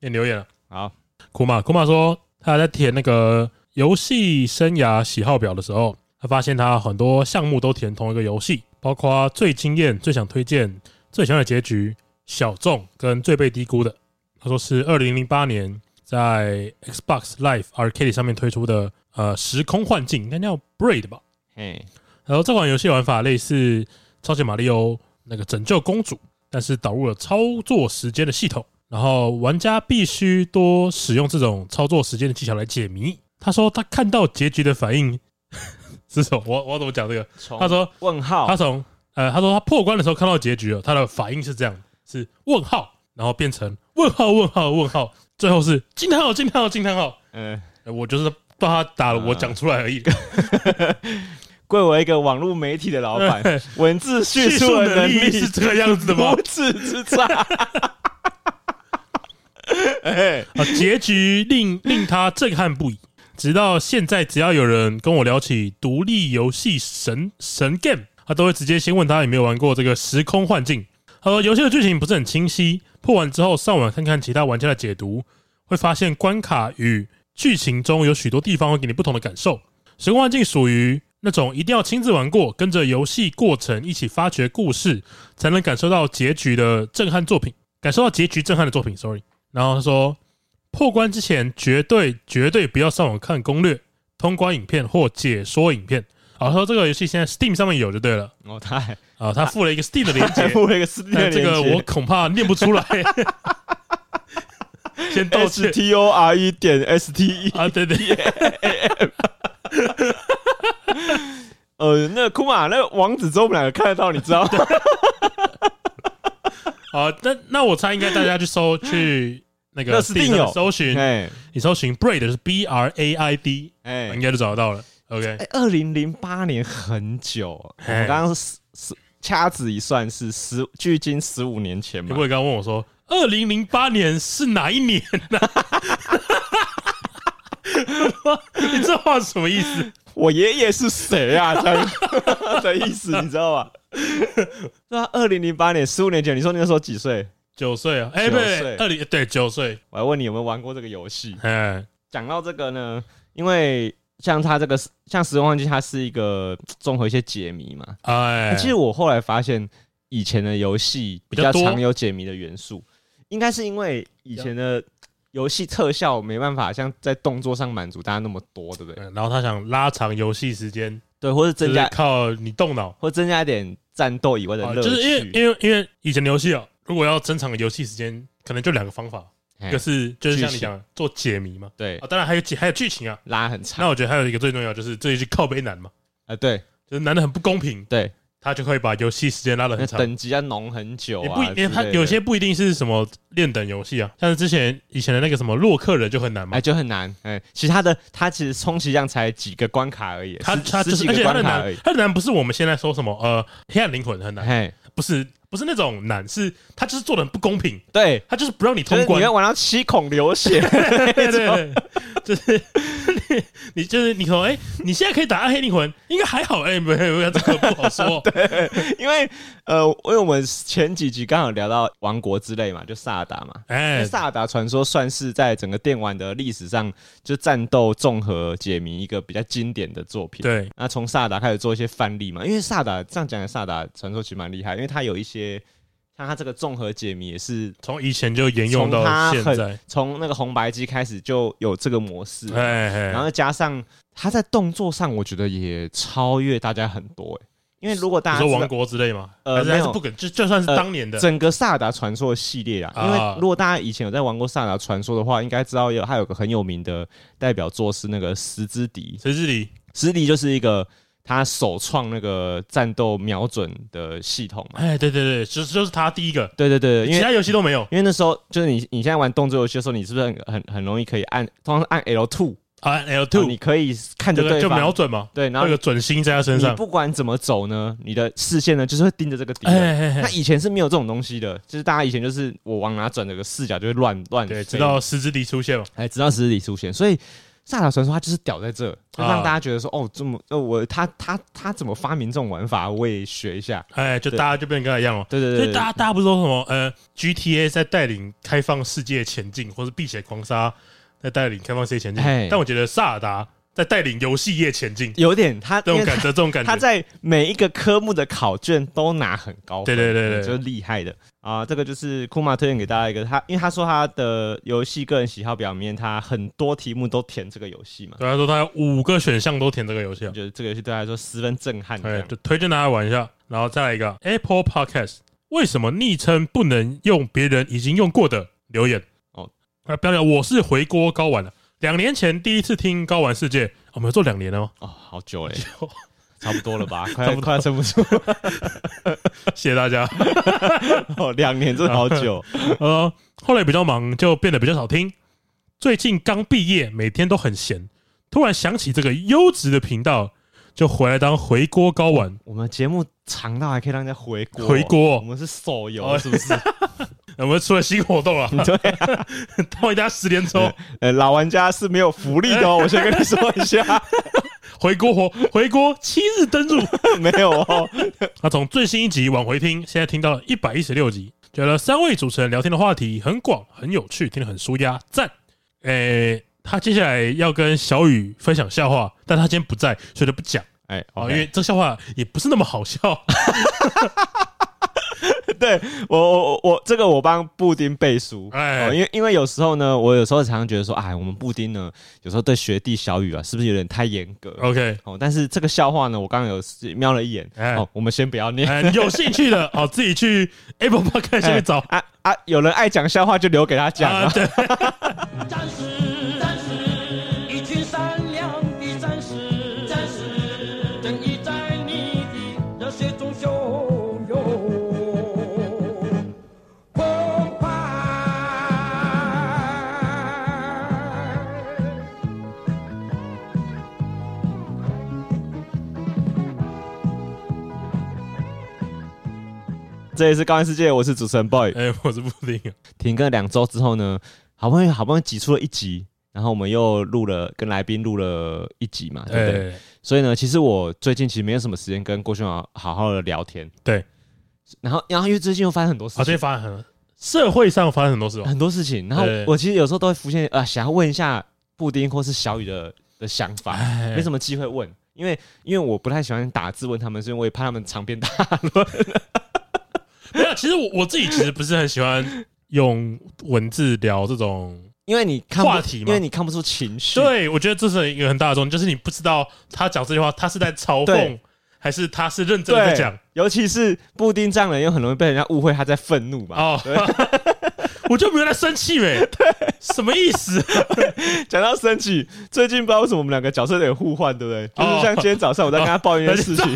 念留言了。好，库玛库玛说，他在填那个游戏生涯喜好表的时候，他发现他很多项目都填同一个游戏，包括最惊艳、最想推荐、最想要的结局、小众跟最被低估的。他说是二零零八年在 Xbox Live Arcade 上面推出的呃时空幻境，应该叫 Braid 吧。嘿，然后这款游戏玩法类似超级马里奥那个拯救公主，但是导入了操作时间的系统，然后玩家必须多使用这种操作时间的技巧来解谜。他说他看到结局的反应 是什么？我我要怎么讲这个？从他说问号他，从呃他说他破关的时候看到结局了，他的反应是这样：是问号，然后变成问号问号问号，最后是惊叹号惊叹号惊叹号。嗯，呃我就是帮他打了，我嗯讲出来而已。贵为一个网络媒体的老板，文字叙述的能力是这个样子的吗？无耻之差。哎，啊，结局令令他震撼不已。直到现在，只要有人跟我聊起独立游戏神神 game，他都会直接先问他有没有玩过这个《时空幻境》。他说游戏的剧情不是很清晰，破完之后上网看看其他玩家的解读，会发现关卡与剧情中有许多地方会给你不同的感受。《时空幻境》属于那种一定要亲自玩过，跟着游戏过程一起发掘故事，才能感受到结局的震撼作品，感受到结局震撼的作品。Sorry。然后他说，破关之前绝对绝对不要上网看攻略、通关影片或解说影片。啊，他说这个游戏现在 Steam 上面有就对了。 哦，他还啊，他附了一个 Steam 的链还接， 附了一个私但这链个我恐怕念不出 来。 先道歉 S T O R E 点 S T E。啊，对对， 呃，那库玛，那网址只有我们两个看得到，你知道？ 吗？好，那那我猜应该大家去搜去那个那 Steam 上面有搜寻，哎你搜寻 Braid 是 B R A I D，哎应该就找得到了。OK，哎，二零零八年很久，我嘿们刚刚是是掐指一算是十，距今十五年前你嘛不。会刚刚问我说，二零零八年是哪一年呢、 你这话什么意思？我爷爷是谁啊？这 样的意思，你知道吧？对啊，二零零八年，十五年前，你说你那时候几岁？九岁啊？哎、九不岁对，二零对九岁。我还问你有没有玩过这个游戏。哎，讲到这个呢，因为像它这个像《时空幻境》，它是一个综合一些解谜嘛。哎，其实我后来发现，以前的游戏比比较较多常有解谜的元素，应该是因为以前的游戏特效没办法像在动作上满足大家那么多，对不对？嗯然后他想拉长游戏时间，对，或者就增是加靠你动脑，或增加一点战斗以外的啊乐就是因为趣。因为因为以前的游戏啊，如果要增长游戏时间，可能就两个方法，嘿一个是就是像哎剧你情讲的做解谜嘛，对啊，，当然还有解还有剧情啊。拉很长那我觉得还有一个最重要就是这一句靠背难嘛，啊，对就是难的很不公平，对，他就会把游戏时间拉得那很长。等级要浓很久也啊不之一类的，也他有些不一定是什么练等游戏啊，像是之前以前的那个什么洛克人就很难嘛哎，就很难。哎，其实它的它其实充其量才几个关卡而已，他十他就十几是而个且他的关卡难而已。他的难不是我们现在说什么呃黑暗灵魂很难，嘿，不是不是那种难，是他就是做的很不公平，对，他就是不让你就通是你关要，玩到七孔流血， 对 对对，就是你就是你可能哎、你现在可以打暗黑灵魂，应该还好哎、没有这个不好 说，因为呃，因为我们前几集刚好聊到《王国之泪》嘛，就萨尔达嘛。因哎为萨尔达传说算是在整个电玩的历史上，就战斗综合解谜一个比较经典的作品。对那从萨尔达开始做一些范例嘛，因为萨尔达这样讲的萨尔达传说其实蛮厉害，因为它有一些像它这个综合解谜也是从以前就沿用从他到现很在，从那个红白机开始就有这个模式，哎然哎后加上它在动作上，我觉得也超越大家很多、欸。因为如果你大家说知道王国之类嘛，呃还是没还有呃是不可就就算是当年的，整个《萨尔达传说》系列啊，啊因为如果大家以前有在玩过《萨尔达传说》的话，应该知道有它有个很有名的代表作是那个石之笛，谁是你？石之笛就是一个他首创那个战斗瞄准的系统嘛。哎，对对对，就是就是他第一个，对对对，因其为他游戏都没有因为那时候就是你你现在玩动作游戏的时候，你是不是很很很容易可以按，通常是按 L two，啊。L 哦 two 你可以看着这个对就方，瞄准嘛，对，然那后个准心在他身你上。不管怎么走呢，你的视线呢就是会盯着这个敌哎人。哎那哎，以前是没有这种东西的，就是大家以前就是我往哪转，这个视角就会乱乱对，飞直到十之敌出现嘛，哎，直到十里出现，所以萨达传说它就是屌在这，就让啊大家觉得说，哦，这么，呃，我他他他怎么发明这种玩法，我也学一下。哎，就对大家就变跟他一样哦。对对所对以大家大家不是说什么呃，GTA 在带领开放世界前进，或是《碧血狂杀》在带领开放世界前进哎，但我觉得《萨尔达》在带领游戏业前进，有点他这因种为感他觉，这种感他觉。在每一个科目的考卷都拿很高对分，对对对就是厉害的啊。这个就是库玛推荐给大家一个他，因为他说他的游戏个人喜好表面，他很多题目都填这个游戏嘛，对他说，他有五个选项都填这个游戏啊我，觉得这个游戏对他来说十分震撼。这哎，样就推荐大家玩一下。然后再来一个 Apple Podcast，为什么昵称不能用别人已经用过的留言？哦哦，啊，标题我是回锅高玩了。两年前第一次听高玩世界，哦我们有做两年了吗？哦，好久嘞， 差不多了 吧？差快不多快撑不住了， 谢谢大家。哦两年真的好久。 呃，后来比较忙，就变得比较少听。最近刚毕业，每天都很闲，突然想起这个优质的频道，就回来当回锅高玩。我们节目长到还可以让人家回锅，回锅我们是手游哦是不是？ 呃我们出了新活动 啊，对啊，到一家十连抽，呃，老玩家是没有福利的哦，我先跟你说 一下，回锅活回锅七日登入。没有哦。那从最新一集往回听，现在听到了一百一十六集，觉得三位主持人聊天的话题很广，很有趣，听得很舒压，赞。诶、他接下来要跟小雨分享笑话，但他今天不在，所以就不讲。哎，哦， OK 因为这笑话也不是那么好笑， 对我我我我这个我帮布丁背书，哎哦因为因为有时候呢，我有时候常常觉得说，哎，我们布丁呢，有时候对学弟小雨啊，是不是有点太严格？ OK，哦，但是这个笑话呢，我刚刚有瞄了一眼，哎哦，我们先不要 念。哎，你有兴趣的哦，自己去 Apple Podcast 下面找。哎啊啊！有人爱讲笑话就留给他讲啊啊，对，战士，战士，一群善良的战士，战士，正义在你的热血中汹涌澎湃。这也是《高玩世界》，我是主持人 boy。哎，我是布丁，停更两周之后呢，好不容易好不容易挤出了一集，然后我们又录了跟来宾录了一集嘛，对不对？哎，所以呢，其实我最近其实没有什么时间跟郭轩豪好好的聊天。对，然后然后因为最近又发生很多事啊，情，这发生很社会上发生很多事哦，很多事情，然后对我其实有时候都会浮现啊、呃想要问一下布丁或是小雨的的想法，哎没什么机会问，因为因为我不太喜欢打字问他们，所以我也怕他们长篇大没有，其实我我自己其实不是很喜欢用文字聊这种， 因为你看不话题嘛因为你看不出情绪，对我觉得这是一个很大的重点，就是你不知道他讲这句话，他是在嘲讽对，还是他是认真的在对讲。，尤其是布丁这样的人，又很容易被人家误会他在愤怒嘛。哦， 我就没有在生气 呗，什么意思？讲到生气，最近不知道为什么我们两个角色有点互换，对不对？就哦是像今天早上我在跟他抱怨一件 事情，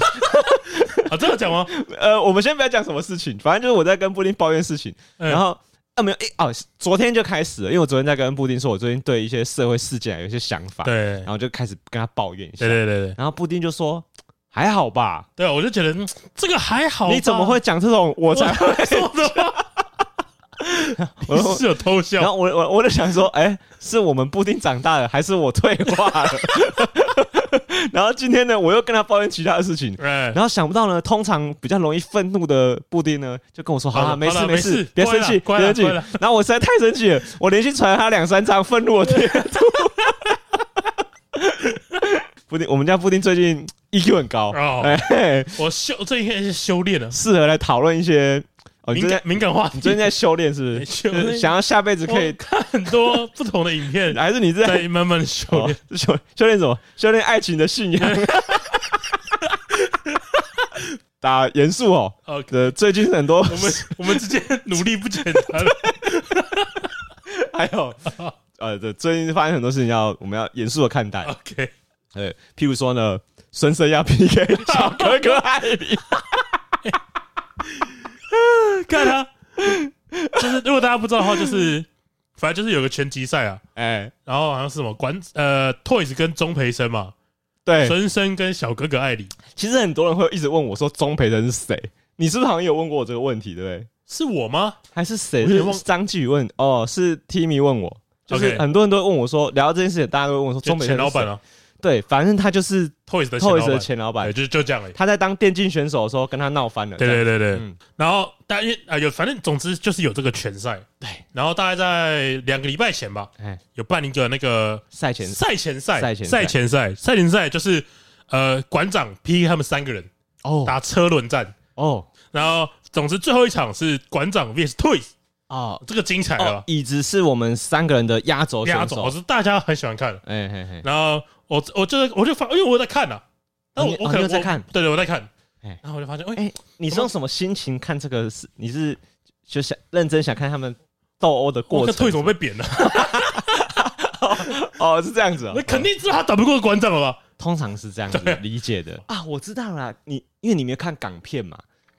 啊，这样讲吗？呃，我们先不要讲什么事情，反正就是我在跟布丁抱怨事情，嗯然后。啊，没有，诶、哦，昨天就开始了，因为我昨天在跟布丁说，我最近对一些社会事件啊有一些想法，，对然，后就开始跟他抱怨一下，对对对对然后布丁就说，哎还好吧，对，我就觉得嗯这个还好吧，你怎么会讲这种我我才会，说的 话？我你是有偷然笑，后我我我就想说，哎、是我们布丁长大了，还是我退化了？ 然后今天呢，我又跟他抱怨其他的事情，哎，然后想不到呢，通常比较容易愤怒的布丁呢，就跟我说：“好好了，了没好事了没没事事，别乖生啦气，别乖啦生气。乖啦”然后我实在太生气了，我连续传了他两三张愤怒的贴图。布丁，我们家布丁最近 EQ 很高，哦哎，嘿我修这应该是修炼了，适合来讨论一些哦，敏你最近感敏感话题你，最近在修炼是不哎 是？修就是炼哦想要下辈子可我以，看很多不同的影 片，还是你在在慢慢地修哦炼。修修炼什么？修炼爱情的信仰。 打严肃哦， OK，呃，最近很多我们我们之间努力不简单 了，还有，呃，对，最近发生很多事情要我们要严肃的 看待。 OK，对，譬如说呢，孙生要 PK 小哥哥艾比，看他，就是如果大家不知道的话，就是反正就是有个拳击赛啊，哎，然后好像是什么管呃 Toys 跟钟培生嘛，对，孙生跟小哥哥艾里，其实很多人会一直问我说钟培仁是谁，你是不是好像有问过我这个问题，对不对？是我吗？还是谁？我有点忘是张继宇问，哦，是 Timmy 问我，就是很多人都会问我说，聊到这件事情，大家都会问我说，就中北前老板啊，啊对，反正他就是，Toys 的前 Toys 老的板，前老板对，，就就这样而已。他在当电竞选手的时候跟他闹翻了，对对对对，嗯然后大约啊有，反正总之就是有这个拳赛，对，然后大概在两个礼拜前吧，哎，有办一个那个赛前赛前赛，赛前赛赛前赛，赛前赛就是呃馆长 PK 他们三个人哦打车轮战，哦然后总之最后一场是馆长 vs Toys，哦，这个精彩了吧，椅子是我们三个人的压轴压选轴，我哦手，是大家很喜欢看，哎嘿嘿，然后我我就是我就发，因为我在看呐、啊，那我哦你我哦可能你有在我看对对我在看，哎然后我就发现，哎，哎，你是用什么心情看这个？是你是就想认真想看他们斗殴的我过这程 Toys 怎么被扁了？哦，是这样子啊，那肯定知道他打不过馆长了吧？通常是这样子理解的啊。我知道啦，你因为你没有看港片嘛，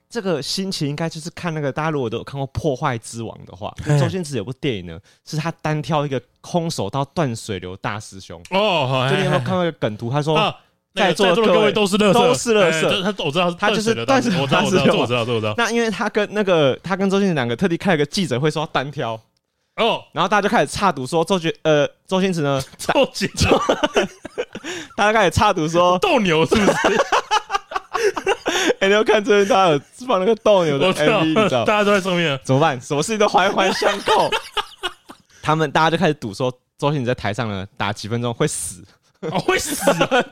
这个心情应该就是看那个大家如果都有看过《破坏之王》的话，嗯周星驰有部电影呢，是他单挑一个空手道断水流大师兄。哦，好就你有没有看到一个梗图？他说啊，那个在座的的各位位都是乐色，都是垃圾哎这他我知道，他就是断水断我知水道，我知道，垃圾这我知道，这我知道。那因为他跟那个他跟周星驰两个特地开了个记者会说要单挑，哦，然后大家就开始插赌说周杰呃周星驰呢， 凑几凑，大家开始插赌说 斗牛是不是？哎、你要看最近他有放那个斗牛的我 MV，你知知道道，吗大家都在上面。怎么办？什么事情都环环相扣。 他们大家就开始赌说周星驰在台上呢打几分钟会死， 哦，会死。呃，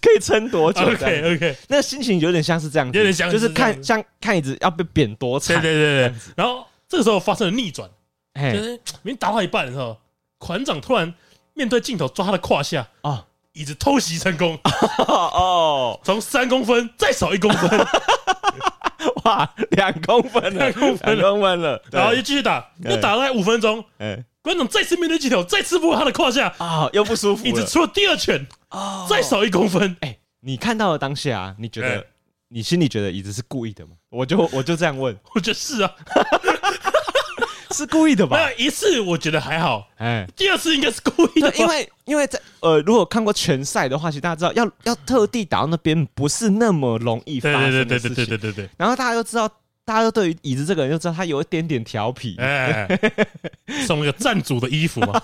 可以撑多久这样子 OK OK，那心情有点像是这样子，有点像是就是这样看子像看椅子要被扁多对惨。对对对。然后这个时候发生了逆转，就哎是明明打到一半的时候，馆长突然面对镜头抓他的胯下，哦 椅子偷袭成功，啊哦从三公分再少一公分，哇，两公分了，两公分了两公分了，然后 对又继续打，对又打了大概五分钟，哎馆长再次面对镜头，再次不过他的胯下，啊又不舒服椅子了出了第二拳，哦再少一公分。哎，你看到了当下啊，你觉哎得你心里觉得椅子是故意的吗？我就我就这 样问，我觉得是啊，是故意的吧？那一次我觉得还好， 哎，第二次应该是故意的吧，对，因为因为在呃，如果看过拳赛的话，其实大家知道要要特地打到那边不是那么容易发对对生对的对事对情。对对对对，然后大家都知道，大家都对于椅子这个人就知道他有一点点调皮哎， 送了个站主的衣服嘛，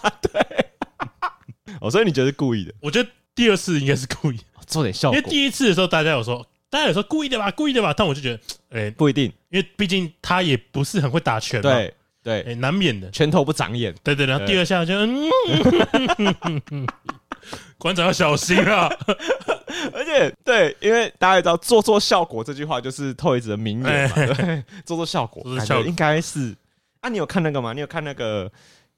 哦，所以你觉得是故意的，我觉得第二次应该是故意，哦做点效因为果第一次的时候大家有说，大家有说故意的吧，故意的吧，但我就觉得，哎，不一定，因为毕竟他也不是很会打拳嘛，对对，哎，难免的，拳头不长眼，对对，然后第二下就，嗯， 馆长要小心啊，而且对，因为大家也知道“做做效果”这句话就是透一子的名言嘛，哎对做做效果做，做感效果觉应该是啊，你有看那个吗？你有看那个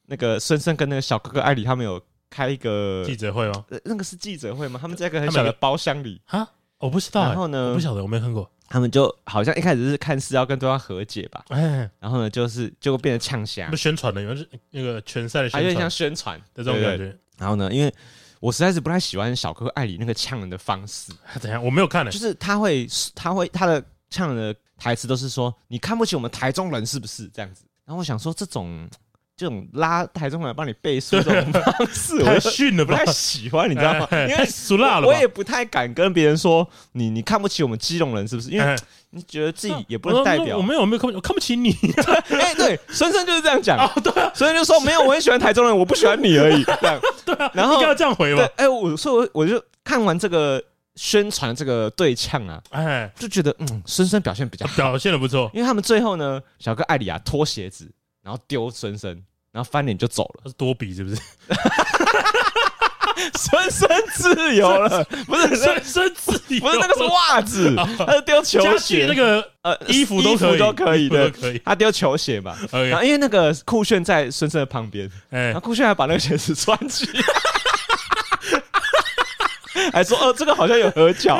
那个孙生跟那个小哥哥艾里他们有开一个记者会吗？呃，那个是记者会吗？他们在一个他很们小有的包厢里，啊，我不知道，然后呢哎我不晓得，我没有看过，他们就好像一开始是看是要跟对方和解吧，哎，然后呢，就是就变成呛虾不，宣传的，有是那个拳赛的还有宣点像传宣传的这种感。对对觉。然后呢，因为我实在是不太喜欢小哥哥艾里那个呛人的方式，怎样？我没有看呢就，是他会他会他的呛人的台词都是说你看不起我们台中人是不是这样子？然后我想说这种这种拉台中人来帮你背书这种方式，我太就逊了不吧太？喜欢，你知道吗？ 哎因太为俗辣了吧我我也不太敢跟别人说你你看不起我们基隆人是不是？因为哎你觉得自己也不我能说代那表我。没有，我没有看不，我看不起你哎、对，孙生就是这 样讲，啊！对啊，所以就说没有，我很喜欢台中人，我不喜欢你而已。这样， 对啊，然后应该要这样回对吧？，哎、我所以我我就看完这个宣传这个对呛啊，哎，就觉得嗯，孙生表现比较好，表现的不错，因为他们最后呢，小哥艾里亚脱鞋子，然后丢孙生，然后翻脸就走了， 他是多比是不是？孙生自由了，不是深深自由，不是那个是袜 子，他是丢球家具鞋，那个呃衣服都可以，衣服都可以衣服都的。可以。他丢球鞋嘛，然 OK，后因为那个酷炫在孙生的旁边，哎然后，酷炫还把那个鞋子穿起， 还说哦，这个好像有 合脚。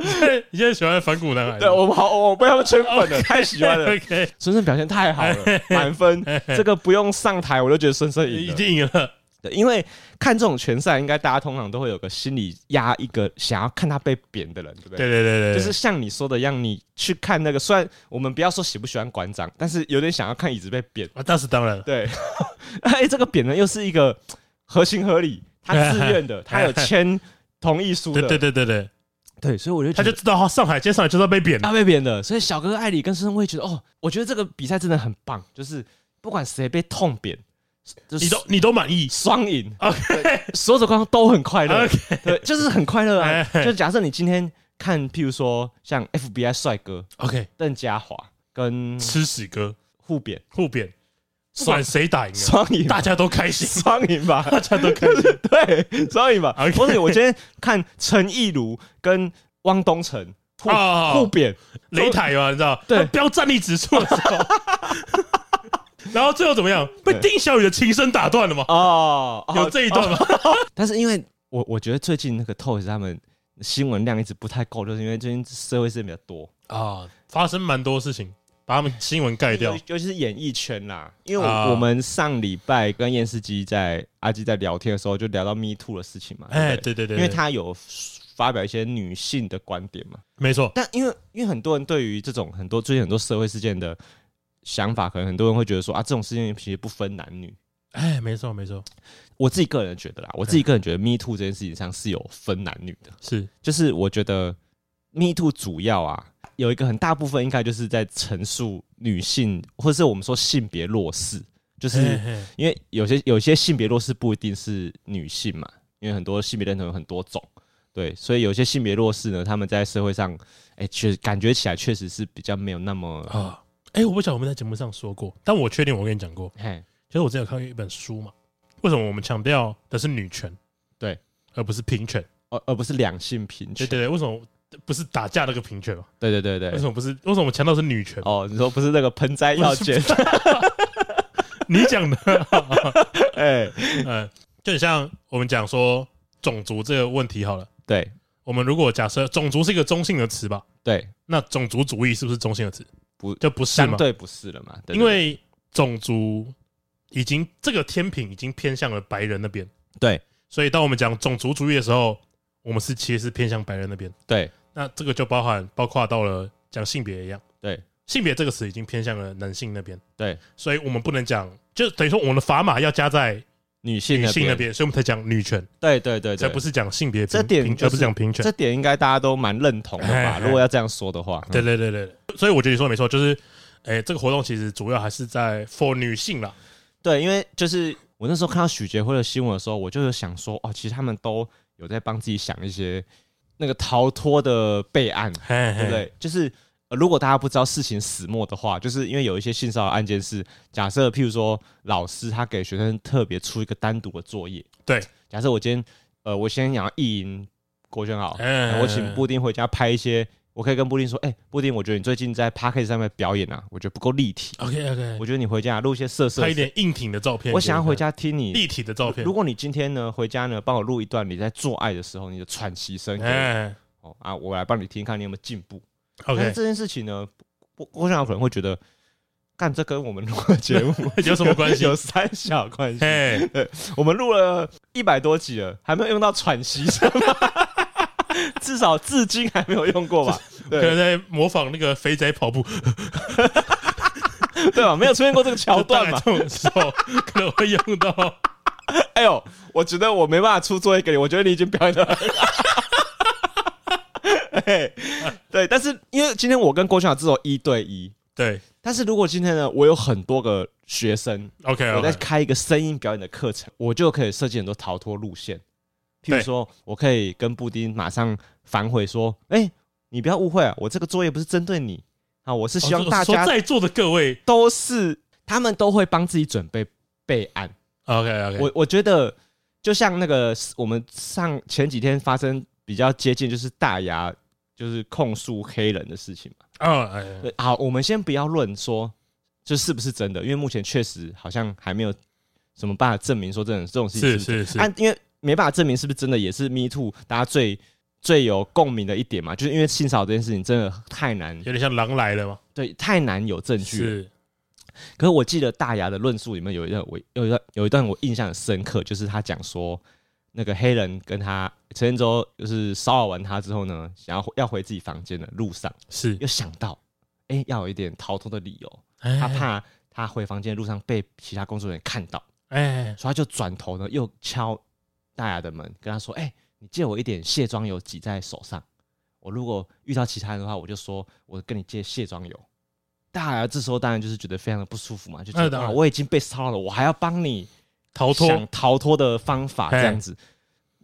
你现在你现在喜欢反骨男孩？对我们好，我被他们圈粉了，太喜欢了。 OK，孙生表现太 好了，满分，这个不用上台我就觉得孙生赢一了。定赢了。对，因为看这种拳赛，应该大家通常都会有个心里压一个想要看他被扁的人，对不对对？对对对，就是像你说的一样，你去看那个，虽然我们不要说喜不喜欢馆长，但是有点想要看椅子被扁。啊，那是当然了。对， 哎，这个扁呢又是一个合情合理，他自 愿的，他有签同意书对的，对对对对，对所以我就他觉就得知道他上海，今天上海就是要被扁了。他被扁的，所以小哥哥艾里跟孙生会觉得，哦，我觉得这个比赛真的很棒，就是不管谁被痛扁，就是你都你都满意双赢。 ？OK，所有的观众都很快乐对，就是很快乐啊。哎就假设你今天看，譬如说像 FBI 帅哥 OK，邓家华跟吃屎哥互扁互扁，不管管谁打赢了，双赢，嗯大家都开心，双赢吧，大家都开心。 对，双赢吧。 OK 或者我今天看陈意如跟汪东城互哦互扁，擂台嘛，你知道？对他标战力指数的时 候，然后最后怎么样？被丁小雨的琴声打断了吗？哦，哦有这一段吗？但是因为我我觉得最近那个 Toys 他们新闻量一直不太够，就是因为最近社会事件比较多，啊，发生蛮多事情，把他们新闻盖掉尤。尤其是演艺圈啦。因为我,、哎哦啊我们上礼拜跟验尸机在阿基在聊天的时候，就聊到 Me Too 的事情嘛。哎，对对对不对，对，因为对他有发表一些女性的观点嘛。没错，但因为因为很多人对于这种很多最近很多社会事件的想法，可能很多人会觉得说啊，这种事情其实不分男女。哎，没错没错，我自己个人觉得啦，我自己个人觉得 Me Too 这件事情上是有分男女的。是就是我觉得 Me Too 主要啊，有一个很大部分应该就是在陈述女性，或是我们说性别弱势，就是嘿哎嘿因为有些有些性别弱势不一定是女性嘛，因为很多性别认同有很多种，对，所以有些性别弱势呢，他们在社会上，哎、确感觉起来确实是比较没有那么，啊。哎，我不晓得我们在节目上说过，但我确定我跟你讲过，嘿，其实我之前有看过一本书嘛。为什么我们强调的是女权？对，而不是平权。哦而而不是两性平对权，对对，为什么不是打架那个平权嘛？对对对对为什么不是？为什么我们强调是女权？哦，你说不是那个盆栽要剪，你讲的， 哎、 嗯，就很像我们讲说种族这个问题好了。对我们如果假设种族是一个中性的词吧，对，那种族主义是不是中性的词？不就不是相嘛？对不是了嘛，对因为种族已经这个天平已经偏向了白人那边，对所以当我们讲种族主义的时候，我们是其实是偏向白人那边。对那这个就包含包括到了讲性别一样，对性别这个词已经偏向了男性那边，对，所以我们不能讲，就等于说我们的砝码要加在女性女性那，边，所以我们才讲女权，对对对才对，不是讲性别平，这点平就是而不是讲平权这。点应该大家都蛮认同的哎吧？哎如果要这样说的话，对嗯对对对，对所以我觉得你说的没错，就是，哎、这个活动其实主要还是在 for 女性啦，对，因为就是我那时候看到许杰辉的新闻的时候，我就有想说，哦，其实他们都有在帮自己想一些那个逃脱的备案，嘿对不对？就是。呃如果大家不知道事情始末的话，就是因为有一些性骚扰案件是假设，譬如说老师他给学生特别出一个单独的作业，对，假设我今天呃，我先想要意淫郭轩豪，嗯我请布丁回家拍一些，我可以跟布丁说，哎、布丁，我觉得你最近在 p a c k a g e 上面表演啊，我觉得不够立体， OK OK，我觉得你回家录一些色色拍一，点硬挺的照片，我想要回家听立你。体的照片如。果你今天呢回家呢，帮我录一段你在做爱的时候你的喘息声给我，哎哦啊，我来帮你听，看你有没有进步。但是，OK，这件事情呢，郭郭轩豪可能会觉得，干这跟我们录的节目 有什么关系 有三小关系。哎，我们录了一百多集了，还没有用到喘息声， 至少至今还没有用过 吧？可能对在模仿那个肥仔跑 步对吧？没有出现过这个桥段嘛？这种时候， 可能会用到。哎呦，我觉得我没办法出作业给你，我觉得你已经表演的很 好。哎对，但是因为今天我跟郭晓只有一对一，对但是如果今天呢，我有很多个学生， ，OK，我在开一个声音表演的课程，我就可以设计很多逃脱路线。譬如对说，我可以跟布丁马上反悔说：“哎、你不要误会啊，我这个作业不是针对你啊，我是希哦望大家在座的各位都是，他们都会帮自己准备备案。 ，OK OK，我我觉得，就像那个我们上前几天发生比较接近，就是大牙就是控诉黑人的事情嘛。啊，哎对，好，我们先不要论说这是不是真的，因为目前确实好像还没有什么办法证明说真的这种事情是不是是，啊，因为没办法证明是不是真的，也是 Me Too 大家最最有共鸣的一点嘛，就是因为性骚扰这件事情真的太难有，点像狼来了嘛，对，太难有证据了。是可是我记得大牙的论述里面有一段我有一段有一段我印象很深刻，就是他讲说那个黑人跟他陈建州就是骚扰完他之后呢，想要要回自己房间的路上，是，又想到哎、诶要有一点逃脱的理由，哎 他怕他回房间的路上被其他工作人员看到。哎所以他就转头呢，又敲大牙的门，跟他说：“哎、你借我一点卸妆油挤在手上，我如果遇到其他人的话，我就说我跟你借卸妆油。”大牙这时候当然就是觉得非常的不舒服嘛，就那觉得嗯当啊，然我已经被骚扰了，我还要帮你逃想脱，逃脱的方法，嘿这样子。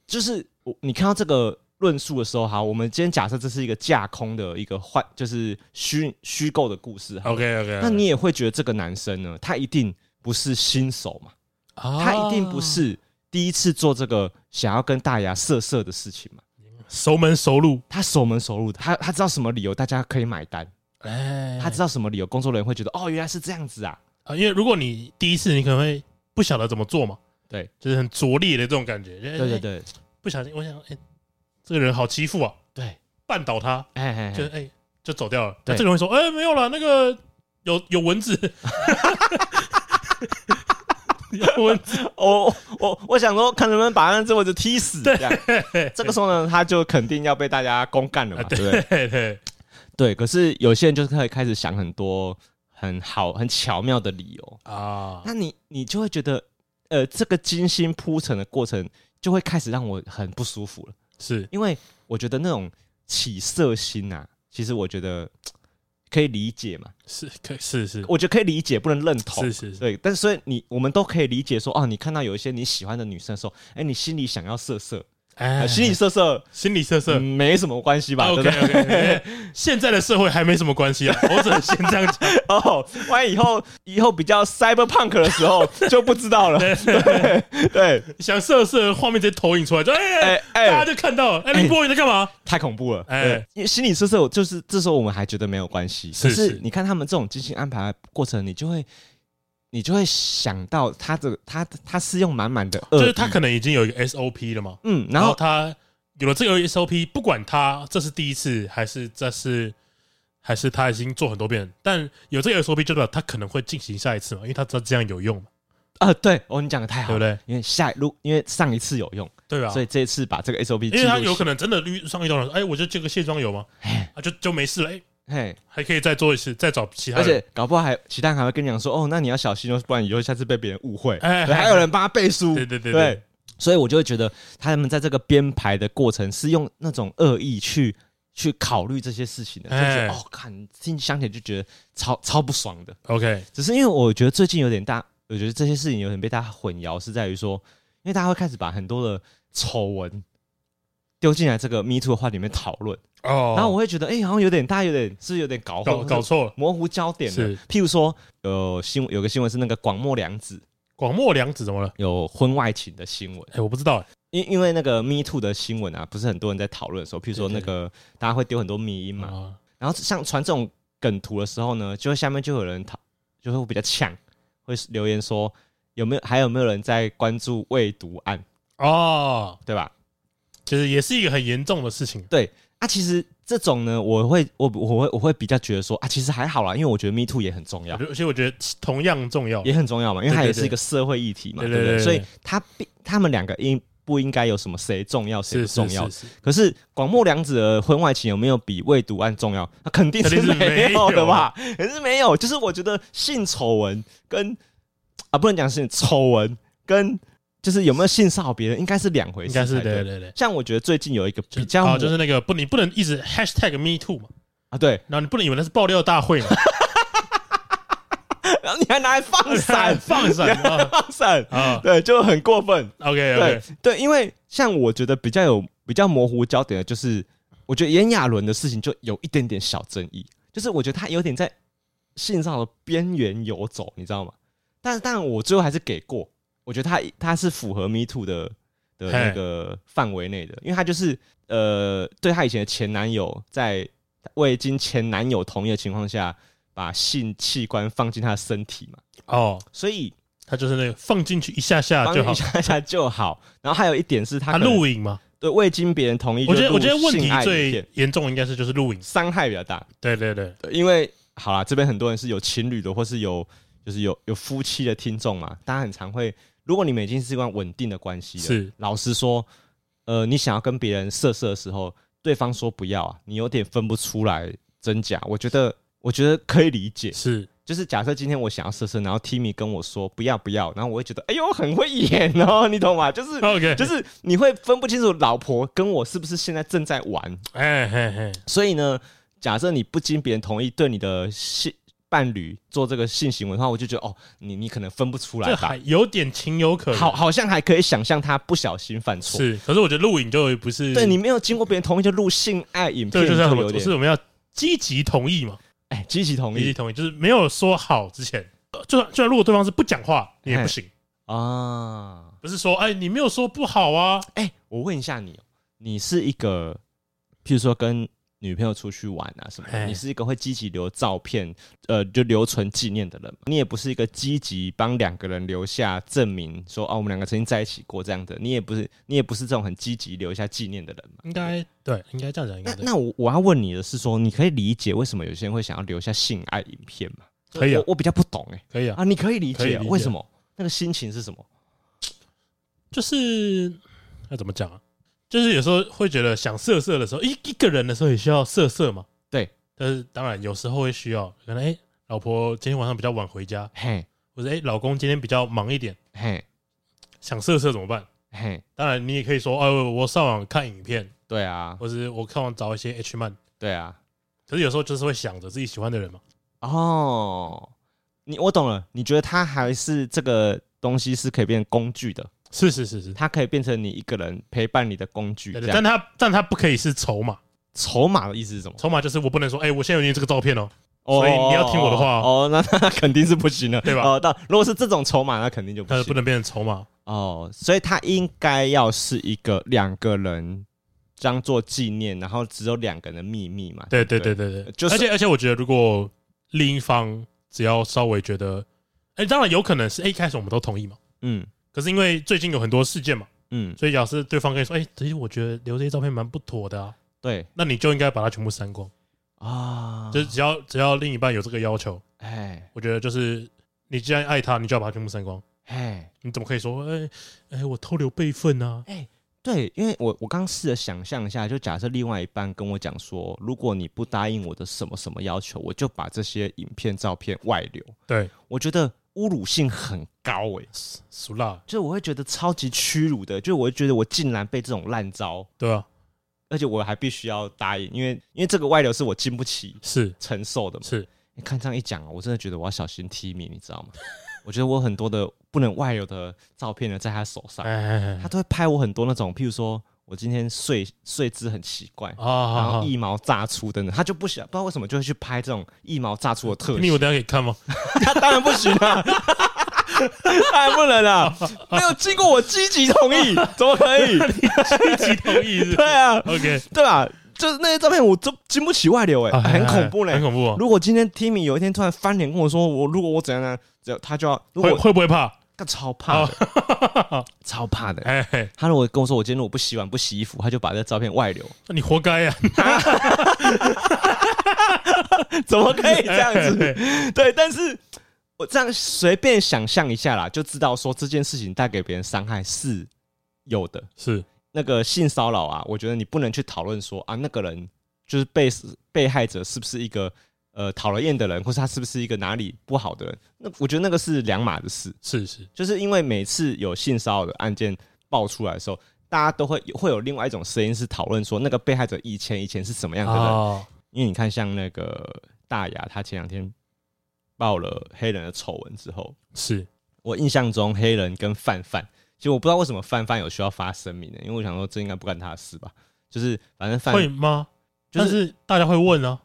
就是我你看到这个论述的时候，哈，我们今天假设这是一个架空的一个幻，就是虚虚构的故事，哈， OK OK，那你也会觉得这个男生呢，他一定不是新手嘛，哦他一定不是第一次做这个想要跟大牙色色的事情嘛，熟门熟路，他熟门熟路的，他他知道什么理由大家可以买单，哎，他知道什么理由工作人员会觉得哦原来是这样子啊，啊，因为如果你第一次，你可能会不晓得怎么做嘛，对就是很拙劣的这种感觉。对对对，对不小心，我想，哎、这个人好欺负啊，对，绊倒他，哎哎就哎哎、就走掉了。那对这个人会说，哎、没有啦，那个有有蚊子，有蚊子，我哦我我想说，看能不能把那只蚊子踢死。这样， 这个时候呢，他就肯定要被大家公干 啊了嘛，啊对不对？嘿嘿，对。可是有些人就是可以开始想很多很好、很巧妙的理由，啊，那你你就会觉得，呃，这个精心铺陈的过程就会开始让我很不舒服了，是因为我觉得那种起色心啊，其实我觉得可以理解嘛，是可是是我觉得可以理解，不能认同是。是是，对，但是所以你我们都可以理解说，哦，你看到有一些你喜欢的女生的时候，哎、你心里想要色色，哎呃心理色色心理色色。啊嗯没什么关系吧，对 OK 不对？ OK，现哎在的社会还没什么关系啊，我只能先这样讲。 哦，万一以后以后比较 cyberpunk 的时候就不 知道了。 对对，想色色，画面直接投影出来，就哎哎哎哎，大家哎，就看到了。哎，哎林波你在干嘛？太恐怖了。哎哎，因为心理色色，就是这时候我们还觉得没有关系，是可是是你看他们这种精心安排的过程，你就会你就会想到他的他他是用满满的恶意，就是他可能已经有一个 SOP 了嘛，嗯，呃然然后后他有了这个 SOP，不管他这是第一次还是这是还是他已经做很多遍，但有这个 SOP 就代表他可能会进行下一次嘛，因为他知道这样有用嘛，啊，对哦，你讲的太对好不了。对？因为下如因为上一次有用，对吧所？以这一次把这个 SOP 因为他有可能，能真的遇上遇到了，哎，我就这个卸妆油嘛，啊就就没事了，哎，嘿，还可以再做一次，再找其他而人且。搞不好还其他人还会跟你讲说，哦，那你要小心哦，不然以后下次被别人误会。哎对还有人帮他背书，对对对对对，所以我就会觉得他们在这个编排的过程是用那种恶意去去考虑这些事情的，就哎是哦，看听想起来就觉得超超不爽的。 OK，只是因为我觉得最近有点大，我觉得这些事情有点被大家混淆，是在于说，因为大家会开始把很多的丑闻丢进来这个 Me Too 的话里面讨论，哦，然后我会觉得，哎，好像有点大，家有点是不是有点搞搞混搞错了，模糊焦点了是。譬如说，有新有个新闻是那个广末凉子广末凉子怎么了？有婚外情的新闻，哎，我不知道，哎因因为那个 Me Too 的新闻啊，不是很多人在讨论的时候，譬如说对那个大家会丢很多迷音嘛，啊，然后像传这种梗图的时候呢，就会下面就有人讨，就会比较呛，会留言说有没有还有没有人在关注未读案，哦，对吧？就是也是一个很严重的事情，对啊，其实这种呢，我会我我会我会比较觉得说啊，其实还好啦，因为我觉得 Me Too 也很重要我觉。得而且我觉得同样重要，也很重要嘛，因为它对对也是一个社会议题嘛，对对对对对不对？所以它并他们两个应不应该有什么谁重要谁是不重要？是是是可是广末凉子的婚外情有没有比未读案重要？那肯定是肯定是没没有有的吧？可是没有，就是我觉得性丑闻跟啊不能讲性丑闻跟就是有没有性骚扰别人应该是两回事，应该是对。对对。像我觉得最近有一个就比较啊，火就是那个不，你不能一直 hashtag me too 嘛，啊对， 然后你不能以为那是爆料大会嘛，然后你还拿来 放闪放闪啊放闪，啊对，就很过分。 ，OK 对 OK，对，因为像我觉得比较有比较模糊焦点的，就是我觉得炎亚纶的事情就有一点点小争议，就是我觉得他有点在性上的边缘游走，你知道吗？但但我最后还是给过，我觉得他他是符合 Me Too 的的那个范围内的，因为他就是呃，对他以前的前男友在未经前男友同意的情况下，把性器官放进他的身体嘛，哦，所以他就是那个放进去一下下帮啊就好一，下下就好。然后还有一点是他他可能录影嘛，对，未经别人同意就我录觉性得我觉得问爱影片，题最严重应该是就是录影，伤害比较大，对对对，对因为好啦，这边很多人是有情侣的，或是有就是有有夫妻的听众嘛，大家很常会，如果你们已经是一段稳定的关系了，是老实说，呃，你想要跟别人色色的时候，对方说不要啊，你有点分不出来真假，我觉得我觉得可以理解，是就是假设今天我想要色色，然后 Timmy 跟我说不要不要，然后我会觉得哎呦很会演哦，你懂吗？就是。 OK，就是你会分不清楚老婆跟我是不是现在正在玩，哎嘿嘿，所以呢，假设你不经别人同意对你的性伴侣做这个性行为的话，我就觉得哦，你你可能分不出来这吧还，有点情有可原。好好像还可以想象他不小心犯错，是，可是我觉得录影就不是对你没有经过别人同意就录性爱影这片，个就是什么？有不是点我们要积极同意嘛？哎积极同积极意同意就是没有说好之前，呃就算就算如果对方是不讲话你也不哎行，啊。不是说哎你没有说不好啊，哎，我问一下你哦，你是一个，譬如说跟女朋友出去玩啊什么的，哎你是一个会积极留照片，呃，就留存纪念的人吗，你也不是一个积极帮两个人留下证明说哦我们两个曾经在一起过这样的，你也不是你也不是这种很积极留下纪念的人嘛。应该对，应该这样讲，应那该对那我我要问你的是说，你可以理解为什么有些人会想要留下性爱影片吗？可以啊我我比较不懂哎、可以啊，啊，你可以理可以解理哦解为什么那个心情是什么？就是要怎么讲啊？就是有时候会觉得想色色的时候，一一个人的时候也需要色色嘛，对。但是当然有时候会需要，可能哎、老婆今天晚上比较晚回家，嘿或者哎、老公今天比较忙一点，嘿想色色怎么办？嘿，当然你也可以说，哦，我上网看影片，对啊或者我看网找一些 H 漫。对啊，可是有时候就是会想着自己喜欢的人嘛，哦，你我懂了，你觉得它还是这个东西是可以变成工具的，是是是是，它可以变成你一个人陪伴你的工具，对这对，样但他但他不可以是筹码，筹码的意思是什么？筹码就是我不能说，哎、我现在有你这个照片哦，哦所以你要听我的话哦，哦那那那肯定是不行的， 对吧哦，但如果是这种筹码，那肯定就不他行，不能变成筹码，哦，所以它应该要是一个两个人当做纪念，然后只有两个人的秘密嘛。对对对不对对对，就是而且而且我觉得如果另一方只要稍微觉得，哎、当然有可能是、哎一开始我们都同意嘛，嗯可是因为最近有很多事件嘛，嗯，所以假设对方跟你说，哎、其实我觉得留这些照片蛮不妥的啊，对那你就应该把它全部删光，啊，就是只要只要另一半有这个要求，哎我觉得就是你既然爱他，你就要把它全部删光。哎你怎么可以说，哎、哎、我偷留备份啊？哎，对，因为我我刚试着想象一下，就假设另外一半跟我讲说，如果你不答应我的什么什么要求，我就把这些影片照片外流，对，我觉得侮辱性很高诶、俗辣，就是我会觉得超级屈辱的，就我会觉得我竟然被这种烂招，对啊，而且我还必须要答应，因为因为这个外流是我经不起是承受的嘛。是，你看这样一讲，啊我真的觉得我要小心提米，你知道吗？我觉得我很多的不能外流的照片呢，在他手上哎，哎他都会拍我很多那种，譬如说我今天睡睡姿很奇怪哎，啊，然好后好一毛炸出等等，他就不想不知道为什么就会去拍这种一毛炸出的特你写我，等一下可以看 吗？他当然不行啊。当然不能啊！没有经过我积极同意，怎么可 以？一起同意是不是对啊， ，OK，对吧？就是那些照片，我都经不起外流、欸，哎、啊很恐怖嘞、很恐怖哦。如果今天 Timmy 有一天突然翻脸跟我说，我如果我怎样呢？只要他就要，如会哦果会不会怕？干超怕的， 超怕的。哎，嘿他如果跟我说我今天如果不洗碗不洗衣服，他就把这照片外流， 那你活该啊呀！怎么可以这样哎 子？对，但是我这样随便想象一下啦，就知道说这件事情带给别人伤害是有的。是那个性骚扰啊，我觉得你不能去讨论说啊，那个人就是被被害者是不是一个呃讨人厌的人，或是他是不是一个哪里不好的人？那我觉得那个是两码子事。是是，就是因为每次有性骚扰的案件爆出来的时候，大家都会会有另外一种声音是讨论说那个被害者以前以前是什么样的人。哦，因为你看，像那个大牙，他前两天爆了黑人的丑闻之后，是我印象中黑人跟范范，其实我不知道为什么范范有需要发声明的，因为我想说这应该不干他的事吧。就是反正范会吗？就但是是大家会问啊，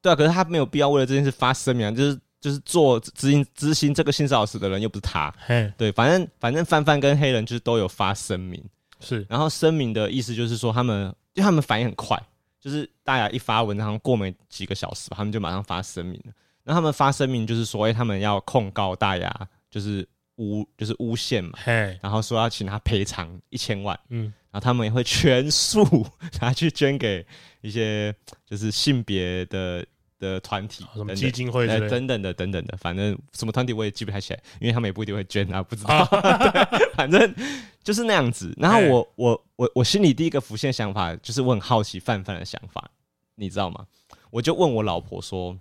对啊，可是他没有必要为了这件事发声明、啊，就是就是做执行执行这个性骚扰时的人又不是他。嘿，对，反正反正范范跟黑人就是都有发声明，是然后声明的意思就是说，他们因为他们反应很快，就是大家一发文，然后过没几个小时吧，他们就马上发声明了。然后他们发声明就是说，哎、他们要控告大牙就是诬就是诬陷嘛，嘿，然后说要请他赔偿一千万，嗯，然后他们也会全数 拿去捐给一些就是性别的的团体哦什么等等基金会之呃类的，等等的等等的，反正什么团体我也记不太起来，因为他们也不一定会捐啊，不 知道。啊对，反正就是那样子。然后哎我我我我心里第一个浮现想法就是我很好奇范范的想法，你知道吗？我就问我老婆说：“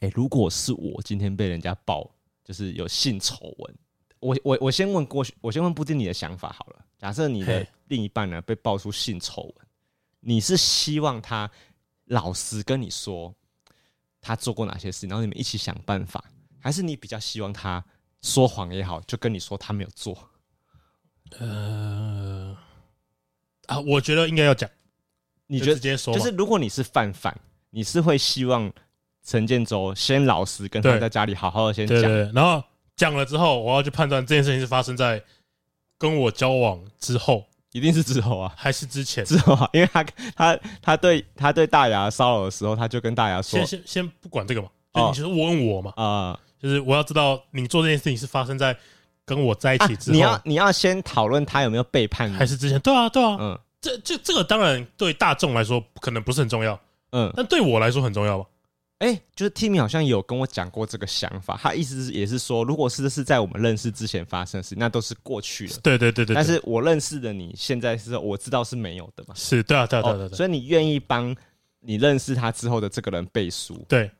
哎、如果是我今天被人家爆，就是有性丑闻，我我我先问过去，我先问布丁你的想法好了。假设你的嘿另一半呢被爆出性丑闻，你是希望他老实跟你说，他做过哪些事，然后你们一起想办法，还是你比较希望他说谎也好，就跟你说他没有做？呃，啊，我觉得应该要讲，你就觉直得接说嘛，就是如果你是范范，你是会希望陈建州先老实跟他对在家里好好的先对对讲，对，然后讲了之后，我要去判断这件事情是发生在跟我交往之后一定是之后啊。还是之前。 之后啊，因为他他他对他对大牙骚扰的时候，他就跟大牙说先先先不管这个嘛，就哦你就是问我嘛，啊、就是我要知道你做这件事情是发生在跟我在一啊起之你后要，你要先讨论他有没有背叛你还，是之前。对啊，对啊，嗯这这这个当然对大众来说可能不是很重要，嗯，但对我来说很重要吧。哎、就是 Timmy 好像有跟我讲过这个想法，他意思是也是说，如果是是在我们认识之前发生的事，那都是过去了。对对对对，对但是我认识的你，现在是我知道是没有的嘛，是对啊对啊对啊对啊哦，对啊所以你愿意帮你认识他之后的这个人背书对，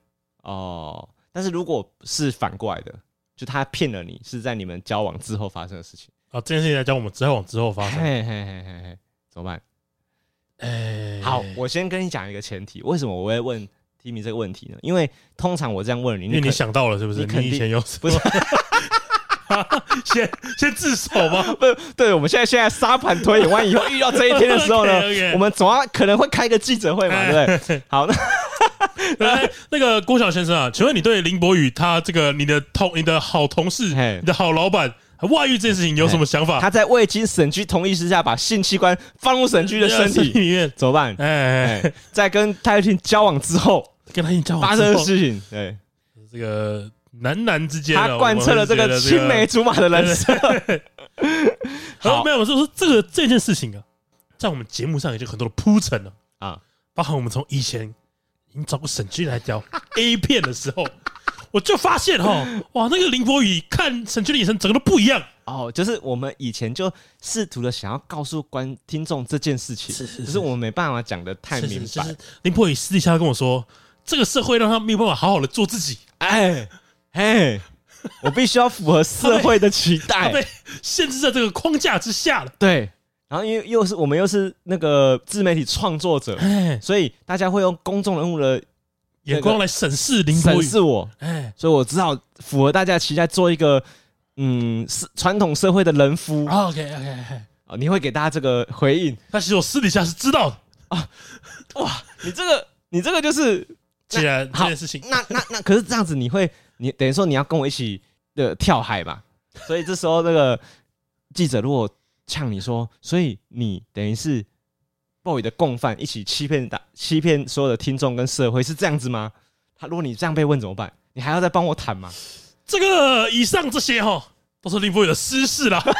哦。但是如果是反过来的，就他骗了你，是在你们交往之后发生的事情，啊，这件事情来讲，我们交往之后发生。嘿嘿嘿嘿嘿，怎么办？哎，好，我先跟你讲一个前提，为什么我会问 Timmy 这个问题呢？因为通常我这样问你，因为可你想到了是不是？你肯你定以前有不是 先先自首吗？不，对，我们现在现在沙盘推演，万一以后遇到这一天的时候 呢 OK，OK 我们总要可能会开个记者会哎嘛，对 不对？好，那来，哎那个郭晓先生啊，请问你对林博宇他这个你的同你的好同事、嘿你的好老板外遇这件事情有什么想法？他在未经审居同意之下，把性器官放入 审居的身体，里面，怎么办？哎，哎，在跟泰廷交往之后跟他一起交往发哦之生的后事情，对这个男男之间啊，他贯彻了这我个们是觉青得梅竹马的人 生。哎好， 好没有，我是说这个这件事情啊，在我们节目上已经有很多的铺陈了啊啊，包含我们从以前已经找过沈君来聊 A 片的时候，我就发现哈，哇，那个林博宇看沈君的眼神整个都不一样，哦，就是我们以前就试图的想要告诉观听众这件事情，是是只是我们没办法讲的太是是明就白是。林博宇私底下跟我说，这个社会让他没有办法好好的做自己，哎哎，我必须要符合社会的期他待。被限制在这个框架之下了。对，然后因为又是我们又是那个自媒体创作者，哎，所以大家会用公众人物的眼光来审视林博审宇，视我，哎，所以我只好符合大家的期待，做一个嗯是传统社会的人夫啊、 OK OK OK，哦你会给大家这个回应，但其实我私底下是知道的，你这个你这个就是既然这好件事情那那那，可是这样子你会你等于说你要跟我一起的、呃跳海嘛，所以这时候那个记者如果呛你说，所以你等于是 boy 的共犯，一起欺骗打欺骗所有的听众跟社会是这样子吗？他如果你这样被问怎么办？你还要再帮我谈吗？这个以上这些哈，都是林博宇的私事啦。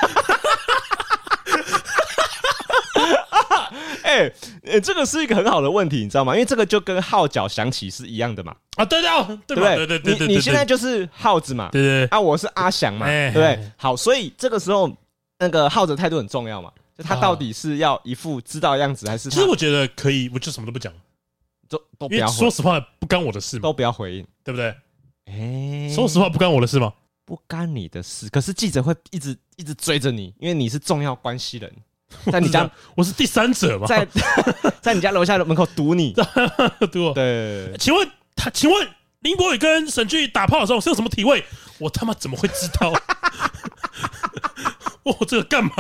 哎、呃这个是一个很好的问题，你知道吗？因为这个就跟号角响起是一样的嘛，啊，对的，对对不吧？对对？对对对，你对你现在就是号子嘛，对对对 啊，我是阿翔 嘛，哎对不对哎？好，所以这个时候那个耗子态度很重要嘛，就他啊到底是要一副知道的样子，还是其他实我觉得可以，我就什么都不讲，都都因不为要说回实话不干我的事嘛，都不要回应？对不对？哎，说实话不干我的事嘛，不干你的事，可是记者会一直一直追着你，因为你是重要关系人，在你家 我是第三者嘛， 在 在你家楼下的门口堵你，对对不对？对对请问他，请问林博宇跟沈俊打炮的时候是有什么体位？我他妈怎么会知道？ 我这个干嘛？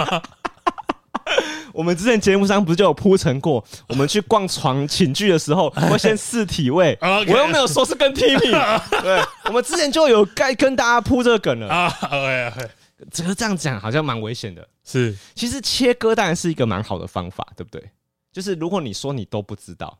我们之前节目上不是就有铺陈过，我们去逛床寝具的 时候，会先试体位，我哎哦 OK 又没有说是跟 Timmy，对，我们之前就有该跟大家铺这个梗了。啊？哎哎，只是这样讲好像蛮危险的。是其实切割当然是一个蛮好的方法，对不对？就是如果你说你都不知道，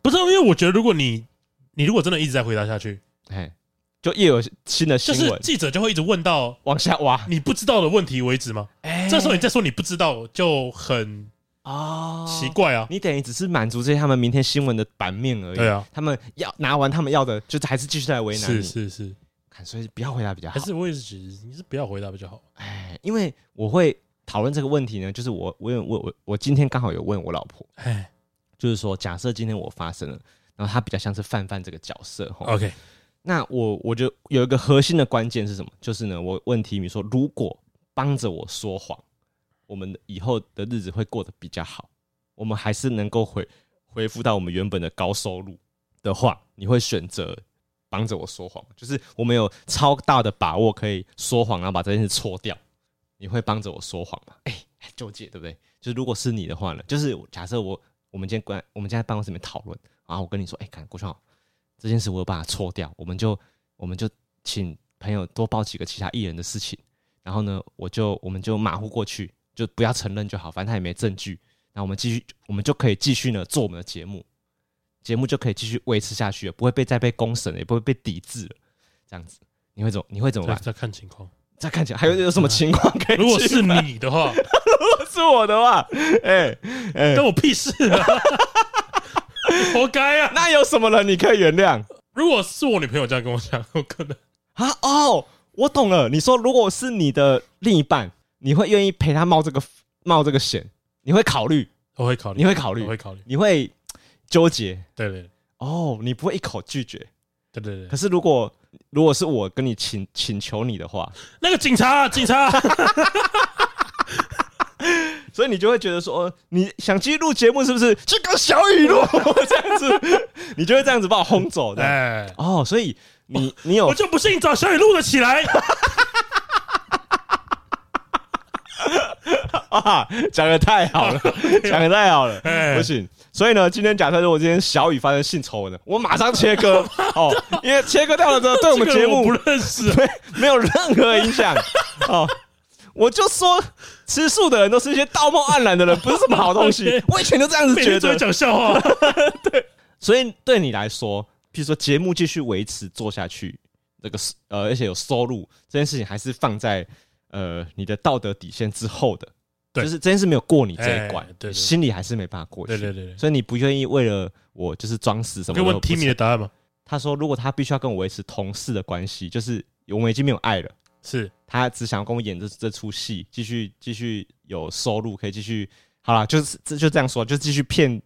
不是？因为我觉得如果你你如果真的一直在回答下去，哎，就又有新的就新是闻记者就会一直问到往下挖，你不知道的问题为止吗？哎这时候你再说你不知道，就很啊奇怪啊。你等于只是满足这些他们明天新闻的版面而已。对啊，他们要拿完他们要的，就还是继续来为难是你。是是，看所以不要回答比较好还。是我也是觉得你是不要回答比较好。哎，因为我会讨论这个问题呢，就是我我有我我我今天刚好有问我老婆，哎就是说假设今天我发生了，然后她比较像是范范这个角色哈。 ，OK，那我我就有一个核心的关键是什么？就是呢，我问提米说，如果帮着我说谎，我们以后的日子会过得比较好，我们还是能够回回复到我们原本的高收入的话，你会选择帮着我说谎，就是我们有超大的把握可以说谎，然后把这件事错掉。你会帮着我说谎吗？ 哎、纠结对不对？就是如果是你的话呢，就是假设我我们今天关我们今天在办公室里面讨论，然后我跟你说，哎、看郭川豪这件事我有把它错掉，我们就我们就请朋友多报几个其他艺人的事情，然后呢，我就我们就马虎过去，就不要承认就好，反正他也没证据，那我们继续，我们就可以继续呢做我们的节目，节目就可以继续维持下去了，不会被再被公审了，也不会被抵制了，这样子。你会怎么？你会怎么再办？再看情 况。再看起来还有有什么情况可以去？如果是你的话，是我的话，哎、哎、关我屁事啊！活该啊！那有什么人你可以原谅如果是我女朋友这样跟我讲，我可能啊？哦，我懂了。你说，如果是你的另一半，你会愿意陪他冒这个冒这个险？你会考虑，我会考虑，你会考虑我会考虑。你会纠结对对哦，你不会一口拒绝。对对可对，是如果如果是我跟你请请求你的话，那个警察，警 察，所以你就会觉得说，哦你想继续录节目是不是？去跟小雨录这样子，你就会这样子把我轰走的。哎，哦，所以你你有我就不信找小雨录了起来。啊，讲的太好 了，讲的太好了，哎不行。所以呢，今天假设如果今天小雨发生性丑闻了，我马上切 割哦，因为切割掉了之后， 对这我们个节人目我不认 识啊，没没有任何 影响哦。我就说，吃素的人都是一些道貌岸然的人，不是什么好 东西 OK。我以前就这样子每觉天只会得，讲笑 话。所以对你来说，譬如说节目继续维持做下去，这个是呃，而且有收入这件事情，还是放在呃你的道德底线之后的。对就是这件事没有过你这哎一关，对对对心里还是没办法过去。对对对对，所以你不愿意为了我就是装死什可么以都问不 Timmy 的答案吗？他说，如果他必须要跟我维持同事的关系，就是我们已经没有爱了，是他只想要跟我演这这出戏，继续继续有收入，可以继续好啦，就是这就这样说，就继续骗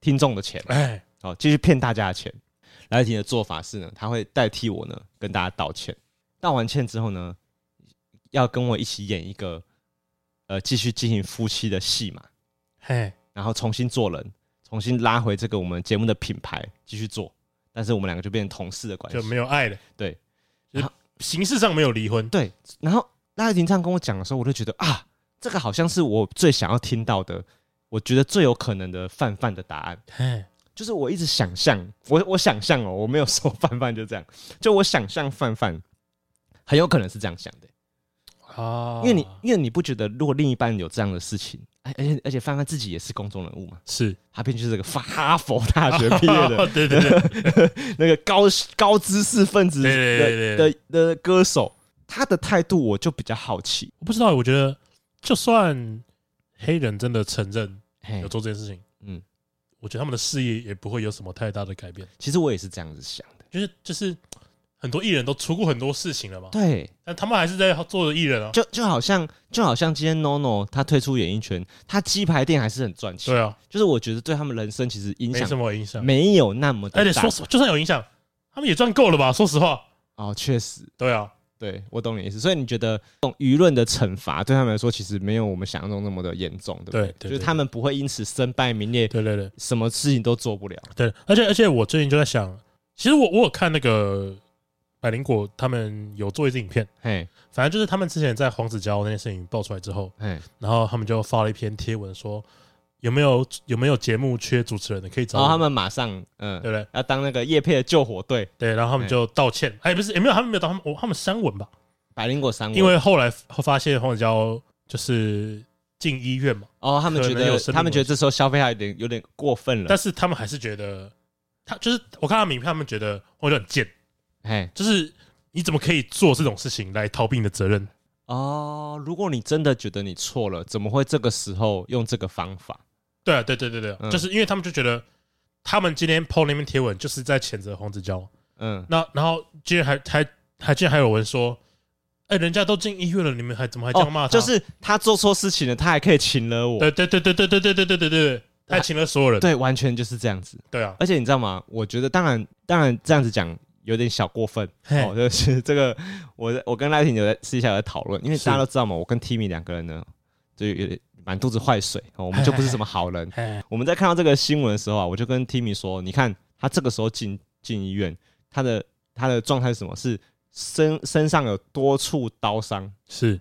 听众的钱。哎，好，继续骗大家的钱。莱廷的做法是呢，他会代替我呢跟大家道歉，道完歉之后呢，要跟我一起演一个呃继续进行夫妻的戏嘛，嘿，然后重新做人，重新拉回这个我们节目的品牌继续做，但是我们两个就变成同事的关就系。没有爱了。哎对，就是好形式上没有离婚。对，然后赖廷这样跟我讲的时候，我就觉得啊，这个好像是我最想要听到的，我觉得最有可能的范范的答案。嘿，就是我一直想象，我我想象哦，我 没有说范范就这样，就我想象范范很有可能是这样想的，啊因为你因为你不觉得，如果另一半有这样的事情，而而且而且范范自己也是公众人物嘛，是他毕竟是个法哈佛大学毕业 的 对对对，那个高高知识分子对对对的对的的歌手，他的态度我就比较好奇，我不知道，我觉得就算黑人真的承认嘿有，做这件事情，嗯，我觉得他们的事业也不会有什么太大的改变。其实我也是这样子想的，就是就是很多艺人都出过很多事情了嘛，对，但他们还是在做着艺人啊。就就好像就好像今天 NONO 他退出演艺圈，他鸡排店还是很赚钱对。啊，就是我觉得对他们人生其实影没什响么影响。没有那么而的且大。说实，就算有影响，他们也赚够了吧？说实话，哦，确实，对啊，对我懂你的意思。所以你觉得这种舆论的惩罚对他们来说，其实没有我们想象中那么的严重，对不对？对对就是对他们不会因此身败名裂，对对对什么事情都做不了。对。而且而且，我最近就在想，其实我我有看那个百灵果他们有做一支影片，嘿，反正就是他们之前在黄子佼那件事情爆出来之后，嘿，然后他们就发了一篇贴文说，有没有有没有节目缺主持人的可以找然我后们哦他们马上，嗯，对不对？要当那个叶配的救火队，对，然后他们哎就道歉，哎，不是，也没有，他们没有道，他们我他们删文吧，百灵果三文，因为后来发现黄子佼就是进医院嘛，哦，他们觉可能有得生命他们觉得这时候消费还有点有点过分了但，是他们还是觉得他就是我看他名片，他们觉得我就很贱，嘿，就是你怎么可以做这种事情来逃避你的责任？哦，如果你真的觉得你错了，怎么会这个时候用这个方法？对啊，对对对对，嗯就是因为他们就觉得他们今天 PO 那篇贴文就是在谴责黄子佼，嗯，那然后居然还还还居然还有人说，哎，人家都进医院了，你们还怎么还这样骂他？哦就是他做错事情了，他还可以请了我。对对对对对对对对对对对，他还请了所有人，对，完全就是这样子。对啊，而且你知道吗？我觉得当然，当然这样子讲有点小过分嘿哦。 就是这个，我我跟赖婷有在私底下有在讨论，因为是大家都知道嘛，我跟 Timmy 两个人呢，就有点满肚子坏水哦，我们就不是什么好人。哎，我们在看到这个新闻的时候啊，我就跟 Timmy 说，你看他这个时候进进医院，他的。他的状态是什么？是身身上有多处刀伤，是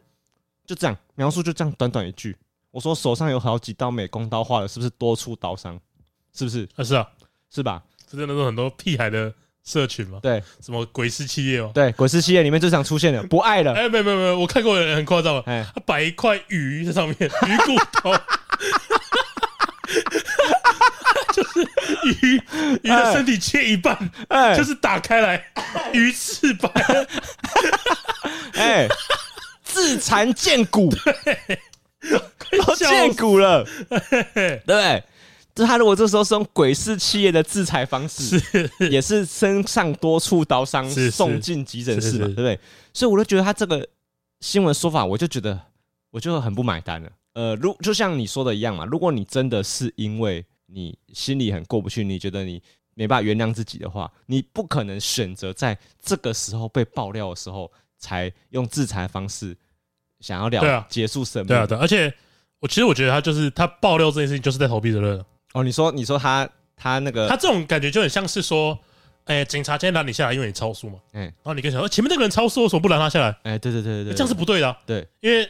就这样描述，就这样短短一句。我说手上有好几刀美工刀划了，是不是多处刀伤？是不是？啊，是啊，是吧？这真的是很多屁孩的社群嘛，对什么鬼市企业哦，对，鬼市系列里面最常出现的，不爱了。哎，没有没有没有，我看过有人很夸张了，哎，他摆一块鱼在上 面，鱼骨头，就是鱼鱼的身体切一半，哎就是打开来，鱼翅膀，哎，自残见骨，都笑见骨了，嘿对不对？这他如果这时候是用鬼市企业的制裁方式，也是身上多处刀伤，是是送进急诊是室是嘛，对不对？所以我就觉得他这个新闻说法，我就觉得我就很不买单了。呃，如就像你说的一样嘛，如果你真的是因为你心里很过不去，你觉得你没办法原谅自己的话，你不可能选择在这个时候被爆料的时候，才用制裁方式想要了、对啊结束生命。 对啊对啊，而且我其实我觉得他就是他爆料这件事情就是在逃避责任了，哦，你说你说他他那个他这种感觉就很像是说，哎，警察今天拦你下来，因为你超速嘛，嗯然后你跟想说哦前面那个人超速，为什么不拦他下来？哎、对对对对对，这样是不对的啊、对因为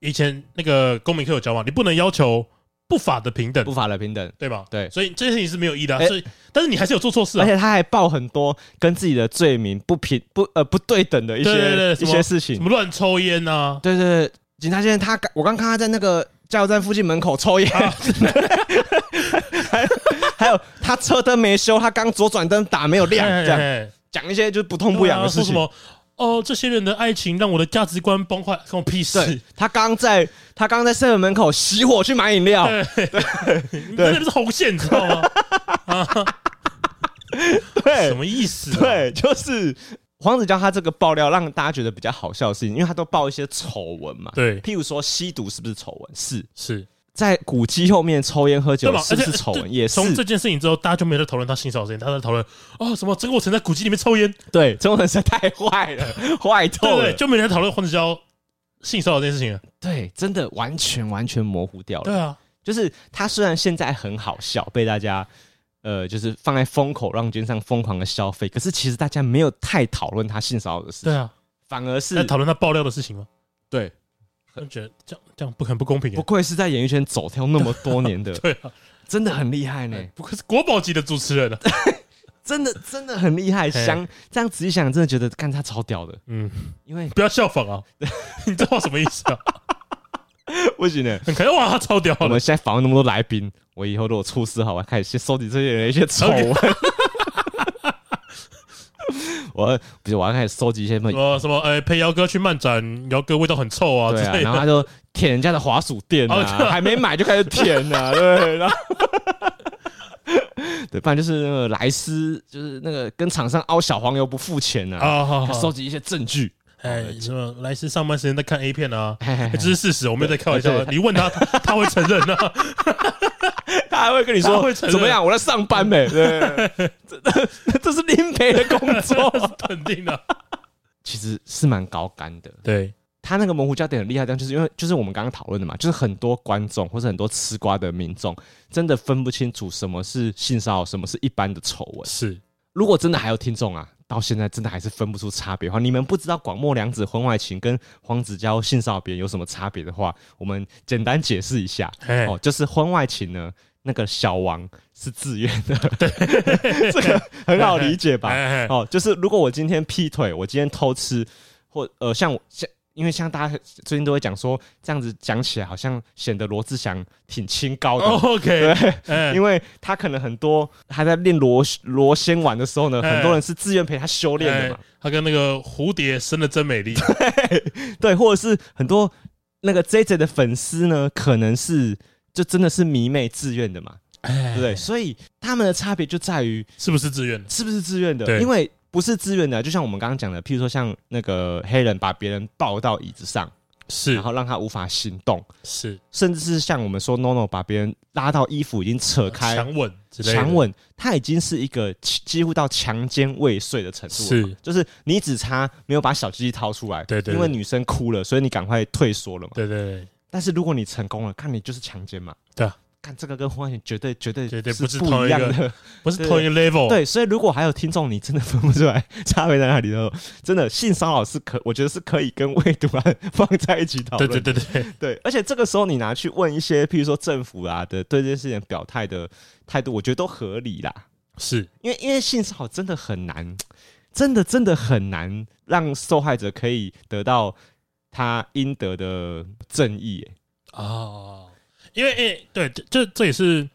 以前那个公民课有教嘛，你不能要求不法的平等不，法的平等。对吧？对所以这件事情是没有意义的啊、哎所以但是你还是有做错事而啊，且他还报很多跟自己的罪名不平不呃不对等的一些对对对什一么些事什情。么乱抽烟啊呐、对对对，警察先生他刚我刚看他在那个加油站附近门口抽烟，啊 还还有他车灯没修，他刚左转灯打没有亮，这样哎讲一些就是不痛不痒的事对啊说什情。么哦，这些人的爱情让我的价值观崩坏，关我屁对事。，他刚在他刚在 seven 门口熄火去买饮料，对对， 你真的是红线，你知道吗？对什么意思、啊？对，就是黄子佼他这个爆料让大家觉得比较好笑的事情，因为他都爆一些丑闻嘛。对，譬如说吸毒是不是丑闻？是是在古迹后面抽烟喝对酒吧？是不是丑而且闻？也是从这件事情之后，大家就没有在讨论他性骚扰事情，大家在讨论哦什么曾国成在古迹里面抽烟，对，中文实在太坏了，对坏透不了对？。就没人在讨论黄子佼性骚扰这件事情了。对，真的完全完全模糊掉了。对啊，就是他虽然现在很好笑，被大家呃就是放在风口浪尖上疯狂的消费，可是其实大家没有太讨论他性骚扰的事对情，啊，反而是在讨论他爆料的事情吗？对，我觉得这样这样不很不公平耶，不。愧是在演艺圈走跳那么多年的 对啊，真的很厉害呢。不愧是国宝级的主持 人啊。真的真的很厉害，嘿想这样仔细想，真的觉得干他超屌的，嗯，因为不要效仿 啊！你知道什么意思啊？不行呢。 很开哇，他超屌我了们，现在访问那么多来宾，我以后如果出事好，我要开始去收集这些人的一些丑闻。 我要不是我要开始收集一些什么什么什么哎，陪姚哥去漫展，姚哥味道很臭啊之对啊，类然后的。他就舔人家的滑鼠垫哦啊，对啊还没买就开始舔啊， 对，然后对，不然就是那个莱斯，就是那个跟厂商凹小黄油不付钱啊，啊，好好收好，集一些证据。哎，什么莱斯上班时间在看 A 片啊？嘿嘿哎嘿这是事实，我没有在开玩笑对的。他你问他，他他会承认啊。 他还会跟你他说会承认怎么样？我在上班呗、对对， 对这这是林培的工作，肯定啊的。 其实是蛮高干的。对，他那个模糊焦点很厉害，但就是因为就是我们刚刚讨论的嘛，就是很多观众或者很多吃瓜的民众真的分不清楚什么是性骚扰，什么是一般的丑闻。是如果真的还有听众啊，到现在真的还是分不出差别的话，你们不知道广末凉子婚外情跟黄子佼性骚扰别人有什么差别的话，我们简单解释一下。哎哦，就是婚外情呢，那个小王是自愿的，对， 这个很好理解吧？哎哎哦，就是如果我今天劈腿，我今天偷吃，或呃，像我像。因为像大家最近都会讲说，这样子讲起来好像显得罗志祥挺清高的，哦，OK，对， 哎因为他可能很多他在练螺螺旋丸的时候呢，哎很多人是自愿陪他修炼的嘛哎，他跟那个蝴蝶生的真美丽，对，或者是很多那个 J J 的粉丝呢，可能是就真的是迷妹自愿的嘛，对哎 不，对？所以他们的差别就在于是不是自愿的？是不是自愿的，对因为不是自愿的，就像我们刚刚讲的，譬如说像那个黑人把别人抱到椅子上，是然后让他无法行动，是，甚至是像我们说 NONO 把别人拉到衣服已经扯开。强吻之类的，强吻，它已经是一个几几乎到强奸未遂的程度了。是，就是你只差没有把小鸡鸡掏出来，对对对因为女生哭了，所以你赶快退缩了嘛。对对对，但是如果你成功了，看你就是强奸嘛，对啊，干这个跟荒野绝对绝对绝对是不是不同一一样个哦的。不是同一个 level。， 对，所以如果还有听众你真的分不出来差别在哪里的时候，真的性骚扰是可，我觉得是可以跟未读案放在一起讨对论。对对对，对，而且这个时候你拿去问一些，譬如说政府啊的对这件事情表态的态度，我觉得都合理啦。是因为因为性骚扰真的很难，真的真的很难让受害者可以得到他应得的正义耶。哦，因为诶、对，这这这也是，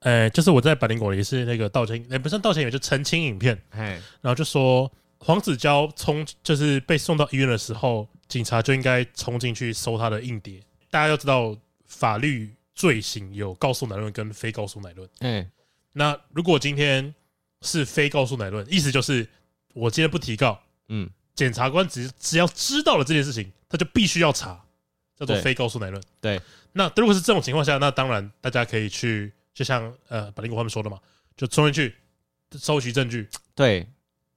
呃，就是我在百灵果也是那个道歉，也不算道歉，也就澄清影片，哎，然后就说黄子佼冲就是被送到医院的时候，警察就应该冲进去搜他的硬碟。大家要知道，法律罪行有告诉乃论跟非告诉乃论。哎，那如果今天是非告诉乃论，意思就是我今天不提告，嗯，检察官只只要知道了这件事情，他就必须要查，叫做对非告诉乃论。对，那如果是这种情况下，那当然大家可以去，就像呃百灵果他们说的嘛，就冲进去收集证据。对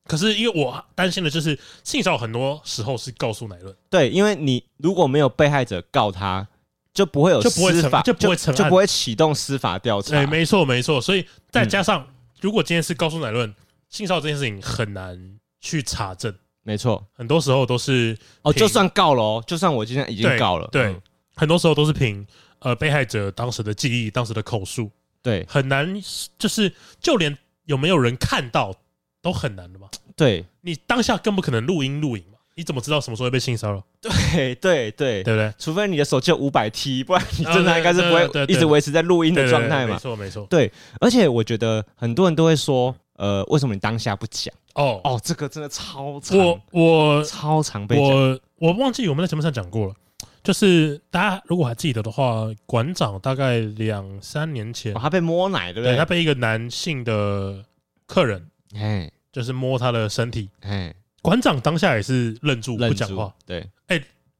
可是因为我担心的就是性骚扰很多时候是告诉乃论，对，因为你如果没有被害者告他，就不会有就不会司成法，就不会成就案不会启动司法调查哎，。没错没错。所以再啊嗯加上，如果今天是告诉乃论，性骚扰这件事情很难去查证，没错，很多时候都是哦，凭就算告了哦，就算我今天已经对告了，对嗯，很多时候都是凭呃被害者当时的记忆、当时的口述，对很难就是就连有没有人看到都很难的嘛。对你当下更不可能录音录影嘛，你怎么知道什么时候会被性骚扰？对对对，对不对？除非你的手机有五百 T，不然你啊正常对应该是不对对会对一直维持在录音对的对状对态没嘛。错没错。对，而且我觉得很多人都会说，呃，为什么你当下不讲？哦，哦，这个真的超常，我我超常被讲。我我忘记我们在节目上讲过了。就是大家如果还记得的话，馆长大概两三年前哦，他被摸奶，对不对他对？被一个男性的客人哎就是摸他的身体，哎，馆长当下也是愣住不愣讲住话，，对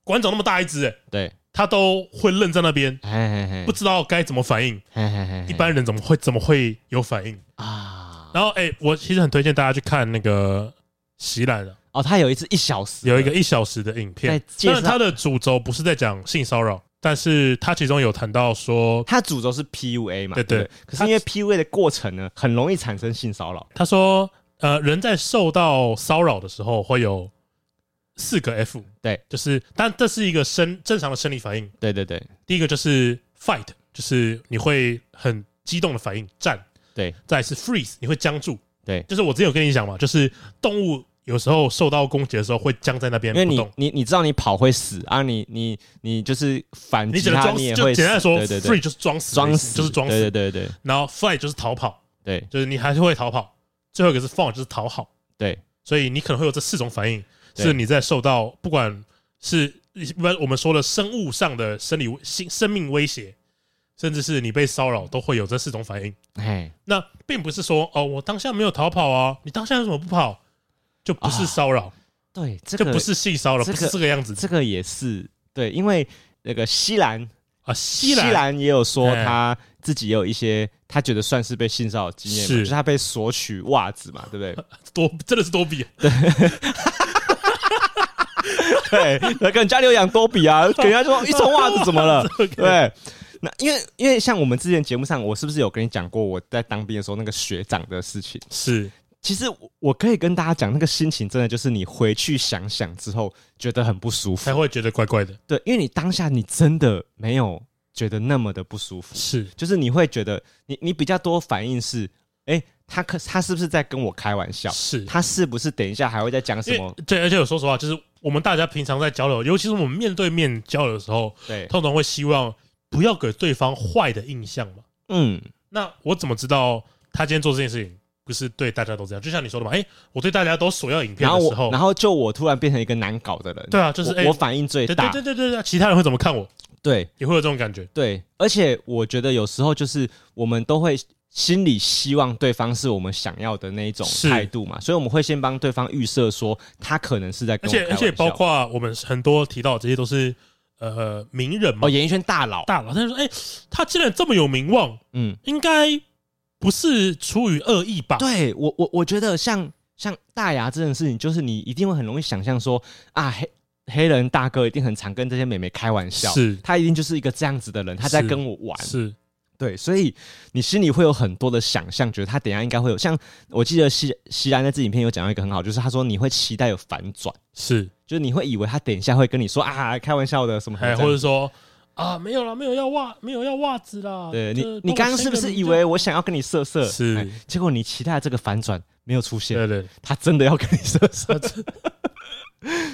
馆长那么大一只，哎，对，他都会愣在那边，哎哎哎，不知道该怎么反应。嘿，嘿嘿嘿一般人怎么会怎么会有反应？啊，然后，哎，我其实很推荐大家去看那个席兰啊，哦，他有一次一小时有一个一小时的影在片。介但是绍它，的主轴不是在讲性骚扰，但是它其中有谈到说，他主轴是 PUA 嘛，对对对不对。可是因为 PUA 的过程呢，很容易产生性骚扰。他说，呃，人在受到骚扰的时候会有四个 F，对，就是，但这是一个生正常的生理反应。对对对第一个就是 fight，就是你会很激动的反应战，对再来是 freeze，你会僵住。对，就是我之前有跟你讲嘛，就是动物有时候受到攻击的时候会僵在那边因为不你动，你你知道你跑会死啊，你你你就是反你击只能他，装你死。也就会简单来死说对对对，free 就是装死的意思，装死就是装对死。对对对然后 fight 就是逃跑，对就是你还是会逃跑。最后一个是 fawn 就是讨好，对所以你可能会有这四种反应，对是你在受到不管是一般我们说的生物上的生理生生命威胁，甚至是你被骚扰，都会有这四种反应。对，哎，那并不是说哦，我当下没有逃跑啊，你当下为什么不跑？就不啊是骚扰，对，这就个不是性骚扰，这不个是这个样子这个也是对，因为那个西兰啊。西西兰兰也有说哎他自己也有一些他觉得算是被性骚扰经验嘛，是就是他被索取袜子嘛，对不对？ 多真的是多比，啊对，那跟家里有养多比啊，给人家说一双袜子怎么了？ 对。啊那因为因为像我们之前节目上，我是不是有跟你讲过我在当兵的时候那个学长的事情？是其实我我可以跟大家讲，那个心情真的就是你回去想想之后，觉得很不舒服才。会觉得怪怪的。对，因为你当下你真的没有觉得那么的不舒服，是就是你会觉得你你比较多反应是，哎、他可他是不是在跟我开玩笑？是，他是不是等一下还会再讲什因么为？对，而且我说实话，就是我们大家平常在交流，尤其是我们面对面交流的时候，对，通常会希望不要给对方坏的印象嘛。嗯，那我怎么知道他今天做这件事情不是对大家都这样？就像你说的嘛，哎，我对大家都索要影片然后的时我候然，后就我突然变成一个难搞的人，对啊，就是哎我我，反应最对对大，对对对对，其他人会怎么看我？对也会有这种感觉。对，而且我觉得有时候就是我们都会心里希望对方是我们想要的那一种是态度嘛，所以我们会先帮对方预设说他可能是在而跟我且开而且玩包笑括我们很多提到的这些都是呃名人嘛哦，，演艺圈大佬，大佬，他就说哎，他既然这么有名望，嗯，应该不是出于恶意吧？对我我我觉得像像大牙这件事情，就是你一定会很容易想象说啊黑。黑人大哥一定很常跟这些美眉开玩笑，是他一定就是一个这样子的人，他在是跟我玩，是对，所以你心里会有很多的想象，觉得他等一下应该会有。像我记得西西兰那支影片有讲到一个很好，就是他说你会期待有反转，是，就是你会以为他等一下会跟你说啊，开玩笑的什么哎，很或者说啊，没有啦，没有要袜，没有要袜子啦。对这你，帮你我刚刚签是不个是名以就为我想要跟你色色？是哎结果你期待这个反转没有出现，对对，他真的要跟你色色。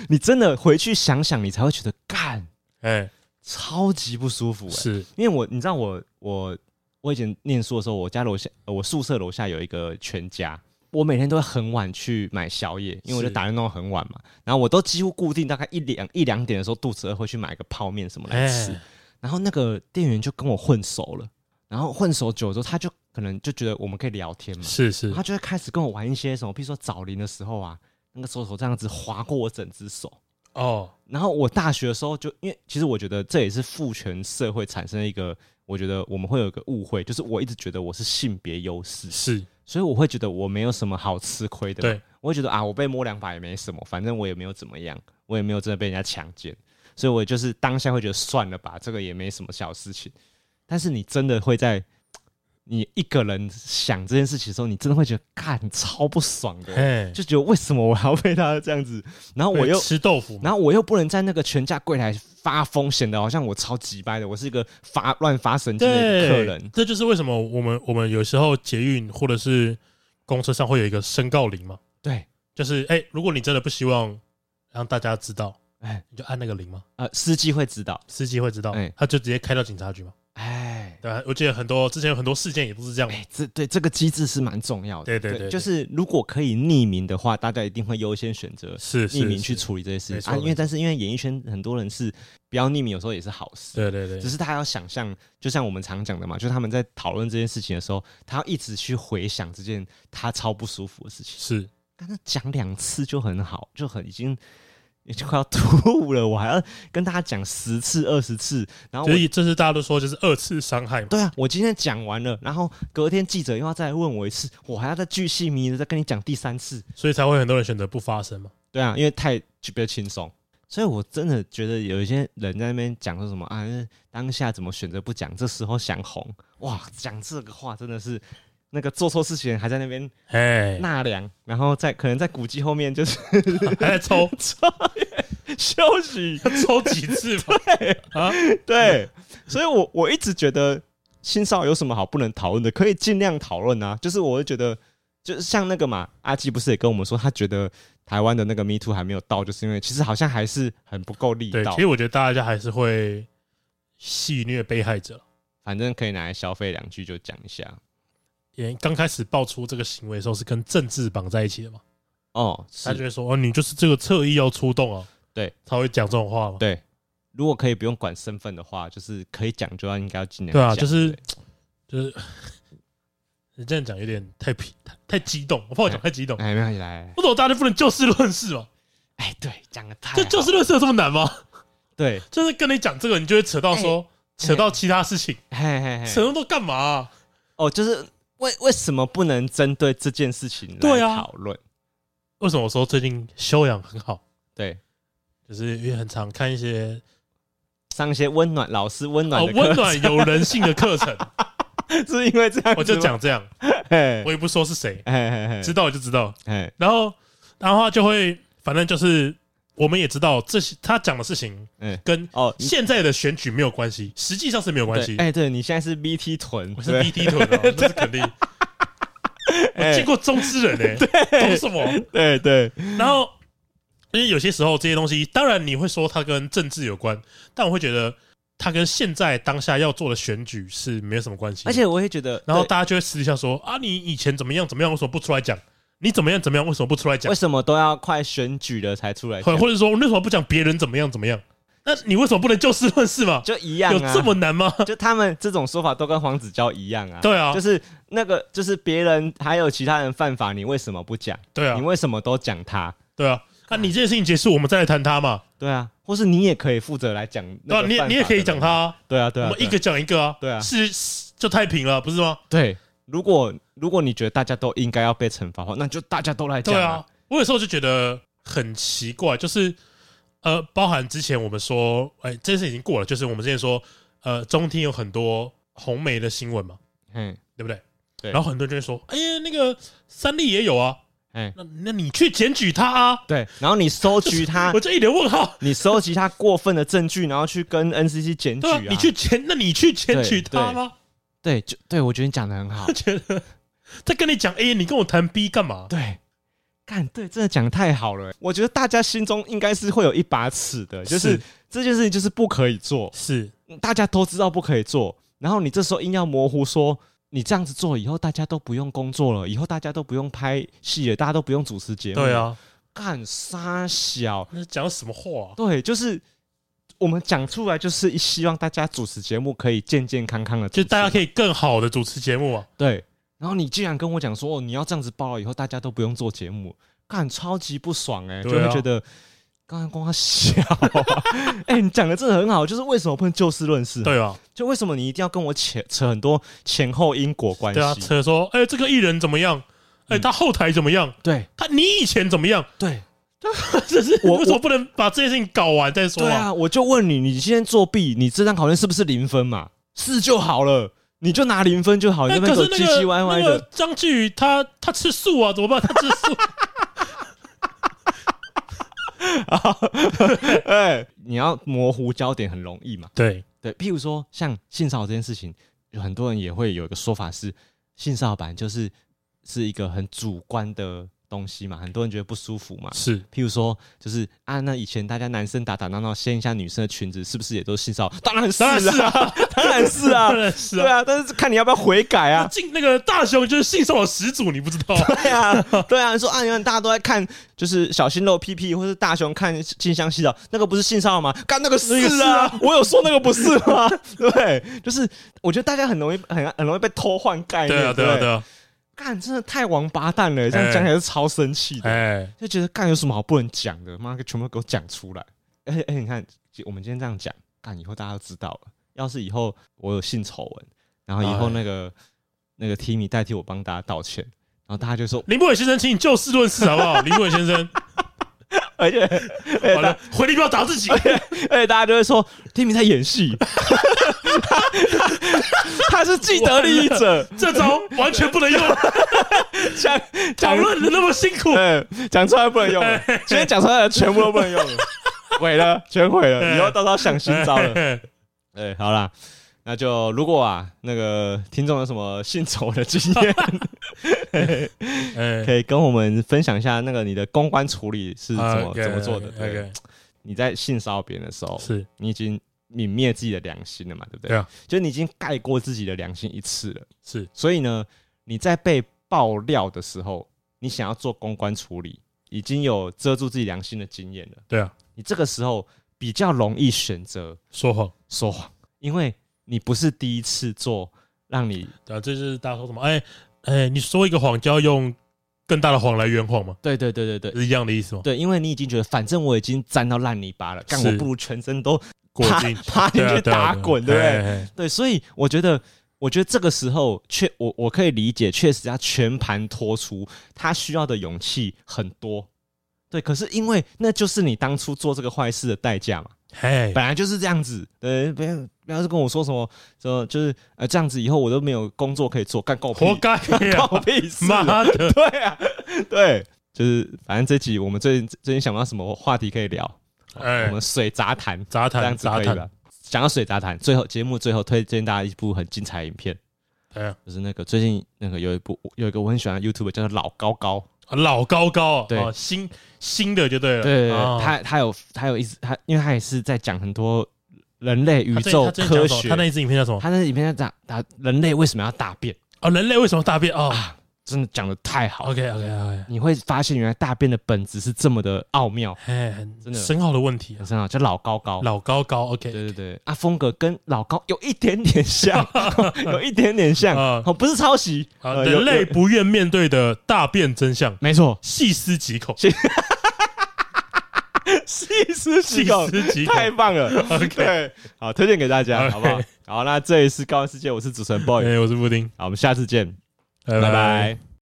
你真的回去想想，你才会觉得干哎，超级不舒服、哎是因为我你知道我我我以前念书的时候，我家楼下呃我宿舍楼下有一个全家，我每天都会很晚去买宵夜，因为我就是打算弄很晚嘛。然后我都几乎固定大概一两一两点的时候肚子饿会去买个泡面什么来哎，吃。然后那个店员就跟我混熟了，然后混熟久了之后，他就可能就觉得我们可以聊天嘛，是是然后他就会开始跟我玩一些什么，譬如说枣林的时候啊，那个手手这样子划过我整只手。哦，然后我大学的时候就因为其实我觉得这也是父权社会产生的一个，我觉得我们会有一个误会，就是我一直觉得我是性别优势，是所以我会觉得我没有什么好吃亏的嘛。对我会觉得啊，我被摸两把也没什么，反正我也没有怎么样，我也没有真的被人家强奸，所以我就是当下会觉得算了吧，这个也没什么小事情。但是你真的会在你一个人想这件事情的时候，你真的会觉得干超不爽的，哎，就觉得为什么我还要被他这样子，然后我对又吃豆腐嘛，然后我又不能在那个全家柜台发疯，显得好像我超级掰的，我是一个发乱发神经的一个客人。这就是为什么我们我们有时候捷运或者是公车上会有一个申告铃嘛，对，就是哎、如果你真的不希望让大家知道，哎你就按那个铃嘛，呃，司机会知道，司机会知道，哎他就直接开到警察局嘛，哎对吧、啊我记得很多之前有很多事件也都是这样嘛，哎，这对这个机制是蛮重要的。对对对对就是如果可以匿名的话，大家一定会优先选择是是匿名去是处理这些事没情错啊。因没为错但是因为演艺圈很多人是不要匿名，有时候也是好事。对对对，只是他要想象，就像我们常讲的嘛，就是他们在讨论这件事情的时候，他要一直去回想这件他超不舒服的事情。是刚刚讲两次就很好，就很已经 就快要吐了，我还要跟大家讲十次、二十次，然后所我。以这是大家都说就是二次伤害嘛，对啊，我今天讲完了，然后隔天记者又要再问我一次，我还要再巨细靡的再跟你讲第三次。所以才会很多人选择不发声嘛，对啊，因为太就比较轻松，所以我真的觉得有一些人在那边讲说什么啊，当下怎么选择不讲，这时候想红，哇，讲这个话真的是那个做错事情的人还在那边哎，纳凉，然后在可能在古迹后面就是 还在哎抽休息，抽几次嘛，啊， 对，所以我我一直觉得性骚扰有什么好不能讨论的，可以尽量讨论啊。就是我会觉得，就是像那个嘛，阿基不是也跟我们说，他觉得台湾的那个 Me Too 还没有到，就是因为其实好像还是很不够 力对，道其。实我觉得大家还是会戏虐被害者。反正可以拿来消费两句就讲一下也刚开始爆出这个行为的时候，是跟政治绑在一起的嘛？哦，他就是会说：“哦，你就是这个侧翼要出动啊。”对，他会讲这种话嘛？对。如果可以不用管身份的话，就是可以讲就要应该要尽量对啊讲就是对就是你这样讲有点太皮太太激动，我怕我讲太激动。 哎，没关系，来，不懂大家就不能就事论事嘛？哎，对，讲的太就就好事论事有这么难吗？ 对，就是跟你讲这个，你就会扯到说哎扯到其他事情，嘿嘿嘿扯，那么多干嘛啊？哦，就是为为什么不能针对这件事情来对啊讨论？为什么我说最近修养很好？对，就是因为很常看一些上一些温暖老师温哦暖的课温暖有人性的课 程，是因为这样子吗，哎我就讲这样，嘿，我也不说是谁，嘿嘿嘿知道我就知道。嘿，然后，然后他就会，反正就是我们也知道这些他讲的事情嗯，跟哦，你现在的选举没有关系，实际上是没有关对，系。哎，对你现在是 BT 臀，我是对哎 BT 臀哦，这是肯 定。我见过中之人呢，懂什么？对对，然后，因为有些时候这些东西，当然你会说它跟政治有关，但我会觉得它跟现在当下要做的选举是没有什么关系。而且，我也觉得，然后对大家就会私底下说啊，你以前怎么样怎么样，为什么不出来讲？你怎么样怎么样，为什么不出来讲为？什么都要快选举了才出来或讲？或者说，你为什么不讲别人怎么样怎么样？那你为什么不能就事论事嘛？就一样有啊，这 么难吗？就他们这种说法都跟黄子佼一样啊，对啊就，是那个就是别人还有其他人犯法，你为什么不讲？对啊你，为什么都讲他？对啊。那你这件事情结束，我们再来谈它嘛。对啊，或是你也可以负责来讲对那啊，个你也犯你也法可以的讲人它啊，对啊，我对啊，们对一啊个讲一个啊。对啊是是就太平了，不是吗？对。如果如果你觉得大家都应该要被惩罚的话，那就大家都来讲、对啊，，我有时候就觉得很奇怪，就是呃，包含之前我们说，哎，这件事已经过了，就是我们之前说，呃，中天有很多红梅的新闻嘛，嘿，对不对？对然后很多人就会说，哎呀，那个三立也有啊，嘿，那那你去检举他啊，对，然后你收集 他啊我，这一脸问号。你收集他过分的证据，然后去跟 NCC 检举对啊啊，，你去检，那你去检举他吗？对，就对我觉得你讲的很 好他，觉得在跟你讲 A，你跟我谈 B 干嘛？对。干对，真的讲得太好了欸、我觉得大家心中应该是会有一把尺的，就是是这件事情就是不可以做，是大家都知道不可以做，然后你这时候硬要模糊说你这样子做以后大家都不用工作了，以后大家都不用拍戏了，大家都不用主持节目，对，啊，干啥小？那讲什么话啊？对，就是我们讲出来就是希望大家主持节目可以健健康康的，就大家可以以更好的主持节目啊。对。然后你既然跟我讲说、哦、你要这样子报了，以后大家都不用做节目，干超级不爽哎、就对啊会觉得。刚刚光他笑、 啊，哎、你讲的真的很好，就是为什么不能就事论事？对啊，就为什么你一定要跟我扯扯很多前后因果关系？对啊，扯说，哎，这个艺人怎么样？哎，嗯他后台怎么样？对他你以前怎么样？对 这是我 为什么不能把这件事情搞完再说对啊？啊！我就问你，你今天作弊，你这张考卷是不是零分嘛？是就好了，你就拿零分就好，你哎那边可走是那唧个唧歪歪那个的，张志宇他他吃素啊，怎么办？他吃素，哎，你要模糊焦点很容易嘛？对， 对，譬如说像性骚扰这件事情，有很多人也会有一个说法是，性骚扰版就是是一个很主观的东西嘛，很多人觉得不舒服嘛， 是譬如说，就是啊，那以前大家男生打打闹闹掀一下女生的裙子，是不是也都是性骚扰？当然是当然是啊，当然是啊，当然 是对啊。啊，但是看你要不要悔改那啊。进那个大雄就是性骚扰始祖，你不知道啊？对啊，对啊，你说啊，原来大家都在看，就是小心露屁屁，或是大熊看静香洗澡，那个不是性骚扰吗？干那个是那个是啊啊，我有说那个不是 吗？对不对，就是我觉得大家很容易很很容易被偷换概念，对啊，对不啊，对啊，干真的太王八蛋了，欸这样讲起来是超生气的。哎，就觉得干有什么好不能讲的？妈，全部都给我讲出来！而且而且你看，我们今天这样讲，干以后大家都知道了。要是以后我有性丑闻，然后以后哎那个那个 Timmy 代替我帮大家道歉，然后大家就说，林博伟先生，请你就事论事好不好？林博伟先生，而且 好了，回力镖打自己，而且大家就会说，Timmy 在演 戏，他他他是既得利益者，这招完全不能 用，讲讨讲论的那么辛苦。对，讲出来不能用了，哎今天讲出来的全部都不能用了，毁了，全毁了，以后到时候想新招了。哎对，好啦，那就如果啊，那个听众有什么性丑的经 验，哎可以跟我们分享一下，那个你的公关处理是怎么、啊 OK，怎么做的？对哦？OK，你在性骚扰别人的时候，是你已经泯灭自己的良心了嘛？对不对？对啊就你已经盖过自己的良心一次了，是所以呢，你在被爆料的时候，你想要做公关处理，已经有遮住自己良心的经验了，对啊，你这个时候比较容易选择说谎。说谎，因为你不是第一次做让你对啊，这就是大家说什么？哎哎，你说一个谎就要用更大的谎来圆谎嘛，对对对对对是一样的意 思吗？对，因为你已经觉得反正我已经沾到烂泥巴了，干是我不如全身都过趴境趴进去打滚，对不啊对？啊对？对，所以我觉得。我觉得这个时候，确我我可以理解，确实要全盘托出，他需要的勇气很多，对。可是因为那就是你当初做这个坏事的代价嘛，哎，本来就是这样子，对，不要不要是跟我说什么，说就是呃这样子以后我都没有工作可以做，干够活该 呀！搞屁事啊！妈的，对啊，对，就是反正这集我们最近最近想不到什么话题可以聊，哎我们水杂谈杂这样谈子杂可以谈，吧？讲到水杂谈，最后节目最后推荐大家一部很精彩的影片，哎呀，就是那个最近那个有一部有一个我很喜欢的 YouTube 叫做老高高，老高高啊，对哦新新的就对了，对，哦他他有他有一直他，因为他也是在讲很多人类宇他最宙他最近讲科什么学他，那一支影片叫什么？他那影片在讲打人类为什么要大便，哦，人类为什么大便？哦真的讲的太好了， ，OK OK OK，你会发现原来大便的本质是这么的奥妙，哎，很真的深奥的问题啊很，深奥，叫老高高。老高高，OK，对对对，啊，风格跟老高有一点 点像，有一点点像啊，哦，不是抄袭，好呃人类，有有不愿面对的大便真相，，没错细思极恐，细思细极恐，思极恐，太棒了 OK 对，好，推荐给大家， OK 好不好？好，那这里是高玩世界，我是主持人 boy，哎哎，我是布丁，好，我们下次见，拜拜拜。